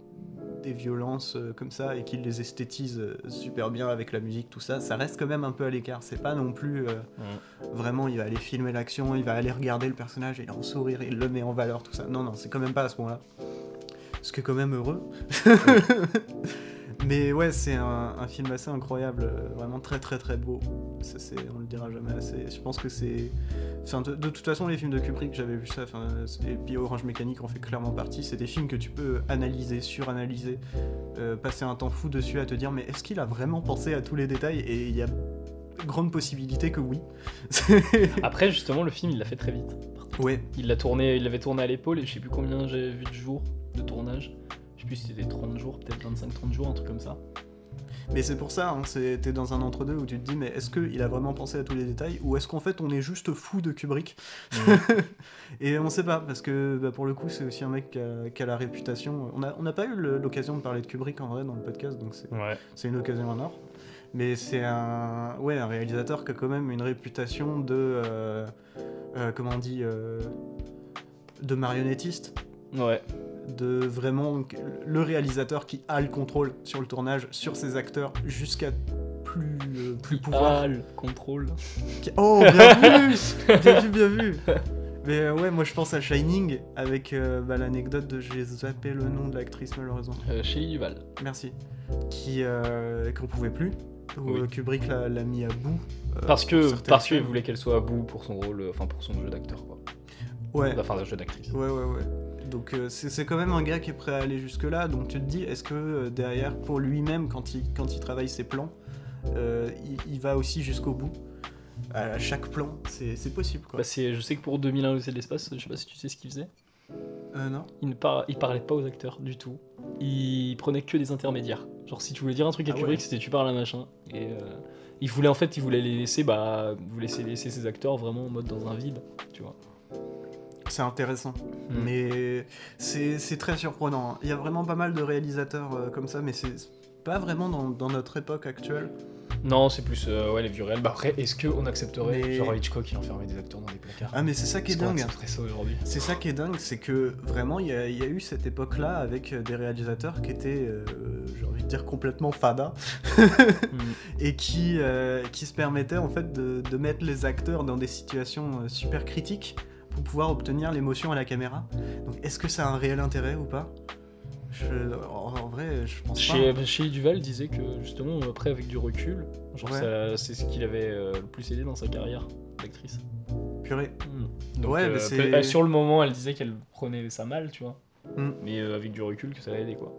B: des violences euh, comme ça et qu'il les esthétise euh, super bien avec la musique, tout ça, ça reste quand même un peu à l'écart. C'est pas non plus euh, vraiment, il va aller filmer l'action, il va aller regarder le personnage, il en sourire, il le met en valeur, tout ça. Non, non, c'est quand même pas à ce point-là. Ce qui est quand même heureux. Mais ouais, c'est un, un film assez incroyable, euh, vraiment très très très beau. Ça, c'est, on le dira jamais assez. Je pense que c'est. enfin, de, de toute façon, les films de Kubrick, j'avais vu ça, enfin, c'est- et puis Orange Mécanique en fait clairement partie. C'est des films que tu peux analyser, suranalyser, euh, passer un temps fou dessus à te dire, mais est-ce qu'il a vraiment pensé à tous les détails Et il y a grande possibilité que oui.
A: Après, justement, le film, il l'a fait très vite.
B: ouais,
A: Il l'a tourné, il l'avait tourné à l'épaule et je sais plus combien j'avais vu de jours de tournage. Je sais plus si c'était 30 jours, peut-être 25-30 jours, un truc comme ça.
B: mais c'est pour ça, hein, c'est- t'es dans un entre-deux où tu te dis, mais est-ce qu'il a vraiment pensé à tous les détails Ou est-ce qu'en fait on est juste fou de Kubrick Et on sait pas, parce que bah, pour le coup, c'est aussi un mec qui a, qui a la réputation. On n'a on n'a pas eu le- l'occasion de parler de Kubrick en vrai dans le podcast, donc c'est
A: Ouais.
B: c'est une occasion en or. Mais c'est un, ouais, un réalisateur qui a quand même une réputation de. euh, euh, comment on dit euh, De marionnettiste.
A: Ouais.
B: de vraiment que- le réalisateur qui a le contrôle sur le tournage, sur ses acteurs, jusqu'à plus, euh, plus pouvoir.
A: Ah, le contrôle.
B: Qui- Oh, bien vu Bien vu, bien vu Mais euh, ouais, moi je pense à Shining avec euh, bah, l'anecdote de j'ai zappé le nom de l'actrice malheureusement.
A: Euh, chez Duval.
B: Merci. Qui euh, qu'on pouvait plus. Où,
A: Oui.
B: euh, Kubrick l'a l'a mis à bout. euh,
A: Parce
B: pour
A: que
B: certaines
A: parce qu'il
B: scènes.
A: voulait qu'elle soit à bout pour son rôle, euh, enfin pour son jeu d'acteur quoi.
B: Ouais.
A: Enfin, le jeu d'actrice.
B: Ouais, ouais, ouais. Donc euh, c'est c'est quand même un gars qui est prêt à aller jusque-là. Donc tu te dis, est-ce que euh, derrière, pour lui-même, quand il, quand il travaille ses plans, euh, il, il va aussi jusqu'au bout À chaque plan, c'est c'est possible quoi.
A: Bah, c'est, je sais que pour 2001 Odyssée de l'espace, je sais pas si tu sais ce qu'il faisait.
B: Euh, non
A: Il ne par- il parlait pas aux acteurs du tout. Il prenait que des intermédiaires. Genre si tu voulais dire un truc à
B: Ah
A: Kubrick,
B: ouais.
A: c'était tu parles à machin. Et euh, il voulait en fait, il voulait les laisser, bah, il voulait laisser, laisser ses acteurs vraiment en mode dans un vide, tu vois.
B: C'est intéressant.
A: Hmm.
B: Hmm. Mais c'est c'est très surprenant. Il y a vraiment pas mal de réalisateurs euh, comme ça, mais c'est pas vraiment dans, dans notre époque actuelle.
A: Non, c'est plus euh, ouais les vieux réels. Bah après, est-ce que on accepterait
B: Mais-
A: genre Hitchcock il enfermait des acteurs dans des placards
B: Ah, mais c'est ça qui est
A: Est-ce qu'on
B: dingue.
A: accepterait ça aujourd'hui.
B: C'est ça qui est dingue, c'est que vraiment il y, a- il y a eu cette époque-là avec euh, des réalisateurs qui étaient, euh, j'ai envie de dire, complètement fada et qui, euh, qui se permettaient en fait de, de mettre les acteurs dans des situations euh, super critiques pour pouvoir obtenir l'émotion à la caméra. Donc est-ce que ça a un réel intérêt ou pas Je- en, en vrai, je pense pas.
A: Chez, chez Duval disait que justement après avec du recul, genre
B: Ouais.
A: ça- c'est ce qu'il avait euh, le plus aidé dans sa carrière d'actrice.
B: Purée.
A: Donc,
B: Ouais,
A: euh,
B: bah, c'est-
A: peu- euh, sur le moment, elle disait qu'elle prenait ça mal, tu vois.
B: Mm.
A: Mais euh, avec du recul, que ça l'a aidé, quoi.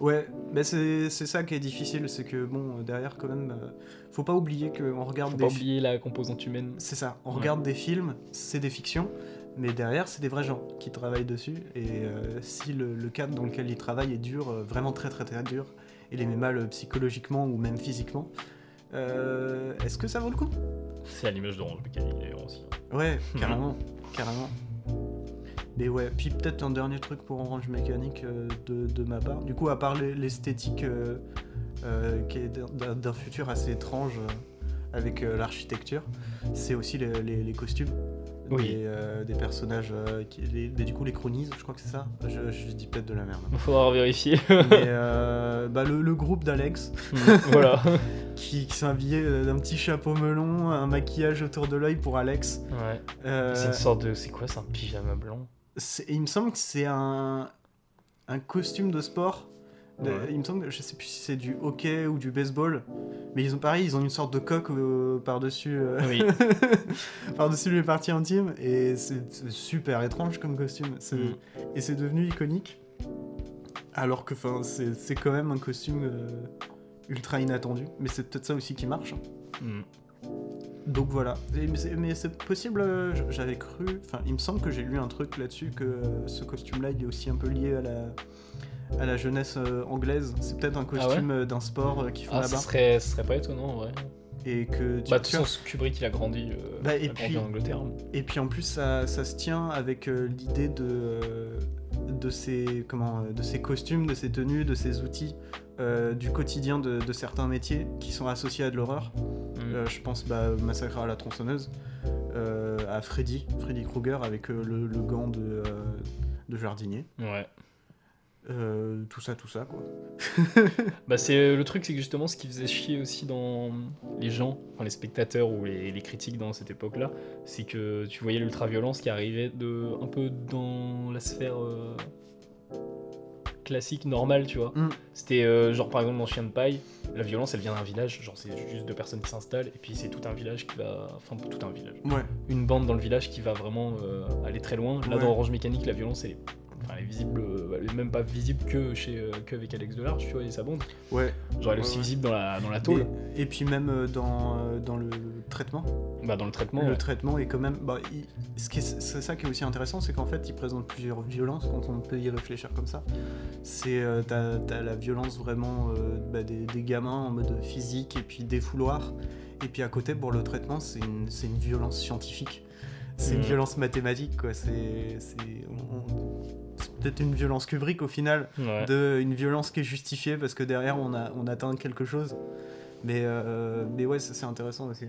B: Ouais, mais c'est c'est ça qui est difficile, c'est que bon, euh, derrière quand même, euh, faut pas oublier qu'on regarde
A: Faut
B: des
A: pas
B: fi-
A: oublier la composante humaine.
B: C'est ça, on
A: Ouais.
B: regarde des films, c'est des fictions, mais derrière, c'est des vrais gens qui travaillent dessus. Et euh, si le, le cadre dans lequel ils travaillent est dur, euh, vraiment très très très dur, et les met mal euh, psychologiquement ou même physiquement, euh, est-ce que ça vaut le coup
A: C'est à l'image d'Orange Mécanique, d'ailleurs, aussi.
B: Ouais,
A: Mhm.
B: carrément, carrément. Mais ouais, puis peut-être un dernier truc pour Orange Mécanique euh, de, de ma part. Du coup, à part l'e- l'esthétique euh, euh, qui est d'un- d'un d'un futur assez étrange euh, avec euh, l'architecture, c'est aussi les, les- les costumes.
A: Oui.
B: Des, euh, des personnages, euh, qui, les- des- du coup les chronies, je crois que c'est ça. Je, je dis peut-être de la merde.
A: Faudra vérifier.
B: Mais euh, bah, le- le groupe d'Alex,
A: voilà.
B: qui, qui sont habillés euh, d'un petit chapeau melon, un maquillage autour de l'œil pour Alex.
A: Ouais.
B: Euh,
A: C'est une sorte de. C'est quoi C'est un pyjama blanc
B: C'est- Il me semble que c'est un, un costume de sport De-
A: Ouais.
B: Il me semble, que- je sais plus si c'est du hockey ou du baseball, mais ils ont pareil, ils ont une sorte de coque euh, par-dessus euh,
A: Ah Oui.
B: par-dessus les parties intimes, et c'est c'est super étrange comme costume. C'est-
A: Mm.
B: Et c'est devenu iconique, alors que 'fin, c'est c'est quand même un costume euh, ultra inattendu, mais c'est peut-être ça aussi qui marche. hein.
A: Mm.
B: Donc voilà. Et- mais c'est- mais c'est possible, euh, j- j'avais cru, enfin il me semble que j'ai lu un truc là-dessus, que euh, ce costume-là il est aussi un peu lié à la, à la jeunesse euh, anglaise. C'est peut-être un
A: Ah ouais
B: costume euh, d'un sport euh, qu'ils font
A: Ah, ce
B: là-bas.
A: serait, ce serait pas étonnant, en vrai.
B: Et que tu,
A: Bah, de toute
B: tu vois,
A: façon, Kubrick, il a grandi, euh,
B: Bah, et
A: il a grandi
B: puis- hmm.
A: en Angleterre.
B: Et puis en plus ça, ça se tient avec euh, l'idée de, euh, de, ces, comment, euh, de ces costumes, de ces tenues, de ces outils. euh, du quotidien de, de certains métiers qui sont associés à de l'horreur.
A: Mm.
B: Euh, je pense bah, Massacre à la tronçonneuse, euh, à Freddy, Freddy Krueger avec euh, le, le gant de, euh, de jardinier.
A: Ouais.
B: Euh, tout ça, tout ça, quoi.
A: Bah c'est le truc, c'est que justement, ce qui faisait chier aussi dans les gens, enfin les spectateurs ou les, les critiques dans cette époque-là, c'est que tu voyais l'ultra-violence qui arrivait de un peu dans la sphère euh, classique, normale, tu vois.
B: Mm.
A: C'était euh, genre par exemple dans Chien de paille, la violence, elle vient d'un village, genre c'est juste deux personnes qui s'installent et puis c'est tout un village qui va, enfin tout un village,
B: Ouais,
A: une bande dans le village qui va vraiment euh, aller très loin. Là
B: Ouais.
A: dans Orange Mécanique, la violence elle est, enfin, elle est visible, euh, elle est même pas visible que chez euh, que avec Alex Delarge, tu vois, et sa bande.
B: ouais.
A: Genre elle est
B: Ouais,
A: aussi
B: ouais.
A: visible dans la, dans la tôle,
B: Et, et puis même euh, dans, euh, dans le traitement.
A: bah, dans le traitement.
B: Le
A: ouais.
B: traitement est quand même. Bah, il- ce qui est- c'est ça qui est aussi intéressant, c'est qu'en fait, il présente plusieurs violences quand on peut y réfléchir comme ça. C'est euh, t'as, t'as la violence vraiment euh, bah, des, des gamins en mode physique et puis défouloir. Et puis à côté, pour le traitement, c'est une, c'est une violence scientifique. C'est une
A: Mhm.
B: violence mathématique, quoi. C'est, c'est, on- on- c'est peut-être une violence Kubrick au final,
A: Ouais.
B: de une violence qui est justifiée parce que derrière on a on atteint quelque chose. Mais euh, mais ouais, ça, c'est intéressant aussi.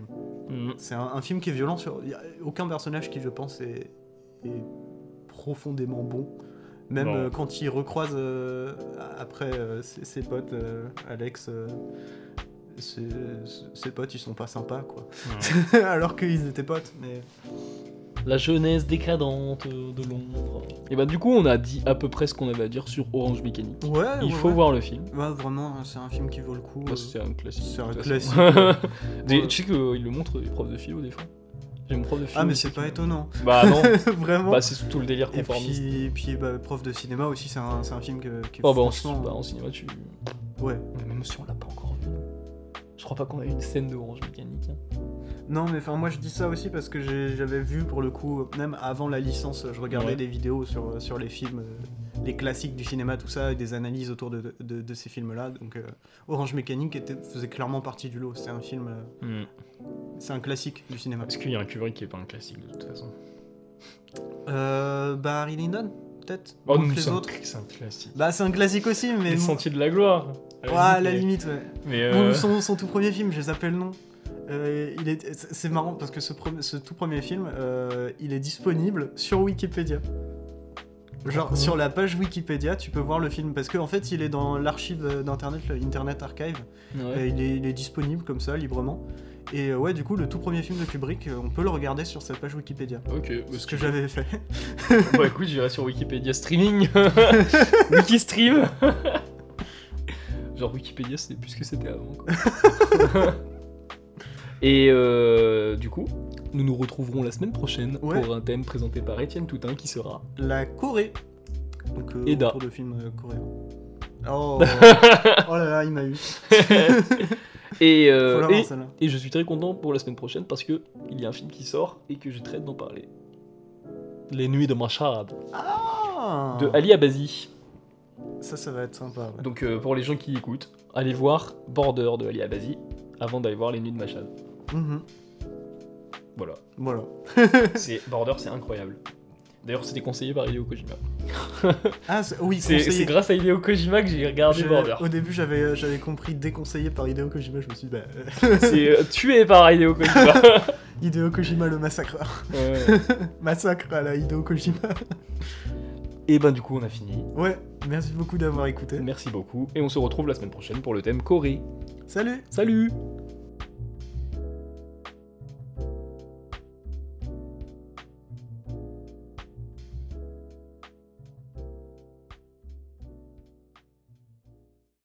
A: Mm.
B: C'est un, un film qui est violent sur. y a aucun personnage qui, je pense, est, est profondément bon. Même
A: Non.
B: euh, quand il recroise euh, après euh, ses, ses potes, euh, Alex, euh, ses, ses potes, ils sont pas sympas, quoi. Alors qu'ils étaient potes, mais.
A: La jeunesse décadente euh, de Londres. Et bah du coup on a dit à peu près ce qu'on avait à dire sur Orange Mécanique.
B: Ouais,
A: Il faut voir le film.
B: Ouais, vraiment, c'est un film qui vaut le coup.
A: Bah,
B: euh.
A: c'est un classique.
B: c'est
A: de
B: un
A: toute
B: classique, euh,
A: façon. Des-
B: Ouais.
A: Tu sais qu'il le montre les profs de philo des fois. J'ai mon prof de philo.
B: Ah, mais
A: il
B: c'est
A: sait
B: pas
A: qu'il-
B: étonnant.
A: Bah non.
B: vraiment.
A: bah c'est surtout le délire
B: et
A: conformiste.
B: puis, et puis bah, prof de cinéma aussi, c'est un, c'est un film que. que
A: Oh bah en,
B: franchement,
A: bah, en cinéma tu.
B: Ouais.
A: Mais Même si on l'a pas encore vu. Je crois pas qu'on a eu une scène de Orange Mécanique. hein.
B: Non, mais enfin, moi je dis ça aussi parce que j'ai- j'avais vu pour le coup, même avant la licence, je regardais
A: Ouais.
B: des vidéos sur, sur les films, euh, les classiques du cinéma, tout ça, et des analyses autour de, de- de ces films-là. Donc, euh, Orange Mécanique était, faisait clairement partie du lot. C'est un film, euh, c'est un classique du cinéma.
A: Parce qu'il y a un Kubrick qui est pas un classique de toute façon.
B: Euh, bah, Harry Lyndon, peut-être
A: Oh
B: Contre
A: non,
B: les
A: c'est un,
B: autres.
A: c'est un classique.
B: Bah, c'est un classique aussi, mais.
A: Les
B: bon.
A: Sentiers de la Gloire. à
B: Ouais, à la
A: mais-
B: limite, ouais.
A: Mais
B: Ou
A: euh,
B: son, son tout premier film, je les appelle non. Euh, il est, c'est c'est marrant parce que ce, pre- ce tout premier film, euh, il est disponible sur Wikipédia. Genre
A: Mhm.
B: sur la page Wikipédia, tu peux voir le film parce qu'en en fait, il est dans l'archive euh, d'internet, le Internet Archive.
A: ouais.
B: Euh, il, est, il est disponible comme ça, librement. Et euh, ouais, du coup, le tout premier film de Kubrick, euh, on peut le regarder sur sa page Wikipédia.
A: Ok,
B: C'est
A: parce
B: ce que j'avais fait.
A: Bah écoute, j'irai sur Wikipédia Streaming. Wikistream. Genre Wikipédia, c'est plus ce que c'était avant. quoi. Et euh, du coup, nous nous retrouverons la semaine prochaine
B: Ouais.
A: pour un thème présenté par Étienne Toutin qui sera.
B: La Corée. Donc, euh,
A: Eda.
B: autour de films euh, coréens. Oh. oh là là, il m'a eu.
A: et,
B: Faut
A: euh,
B: l'avoir,
A: et,
B: celle-là.
A: et je suis très content pour la semaine prochaine parce que il y a un film qui sort et que j'ai très hâte d'en parler. Les Nuits de Machad
B: Ah.
A: de Ali Abazi.
B: Ça, ça va être sympa. ouais.
A: Donc euh, pour les gens qui écoutent, allez voir Border de Ali Abazi avant d'aller voir Les Nuits de Machad.
B: Mhm.
A: Voilà.
B: Voilà.
A: C'est Border, c'est incroyable. D'ailleurs, c'était conseillé par Hideo Kojima.
B: Ah c'est- oui,
A: C'est
B: conseillé.
A: c'est grâce à Hideo Kojima que j'ai regardé
B: Je-
A: Border.
B: Au début, j'avais euh, j'avais compris déconseillé par Hideo Kojima. Je me suis dit, bah, euh,
A: C'est euh, tué par Hideo Kojima.
B: Hideo Kojima le massacreur.
A: Ouais.
B: Massacre à la Hideo Kojima.
A: Et ben du coup, on a fini.
B: Ouais, merci beaucoup d'avoir écouté.
A: Merci beaucoup et on se retrouve la semaine prochaine pour le thème Corée.
B: Salut
A: Salut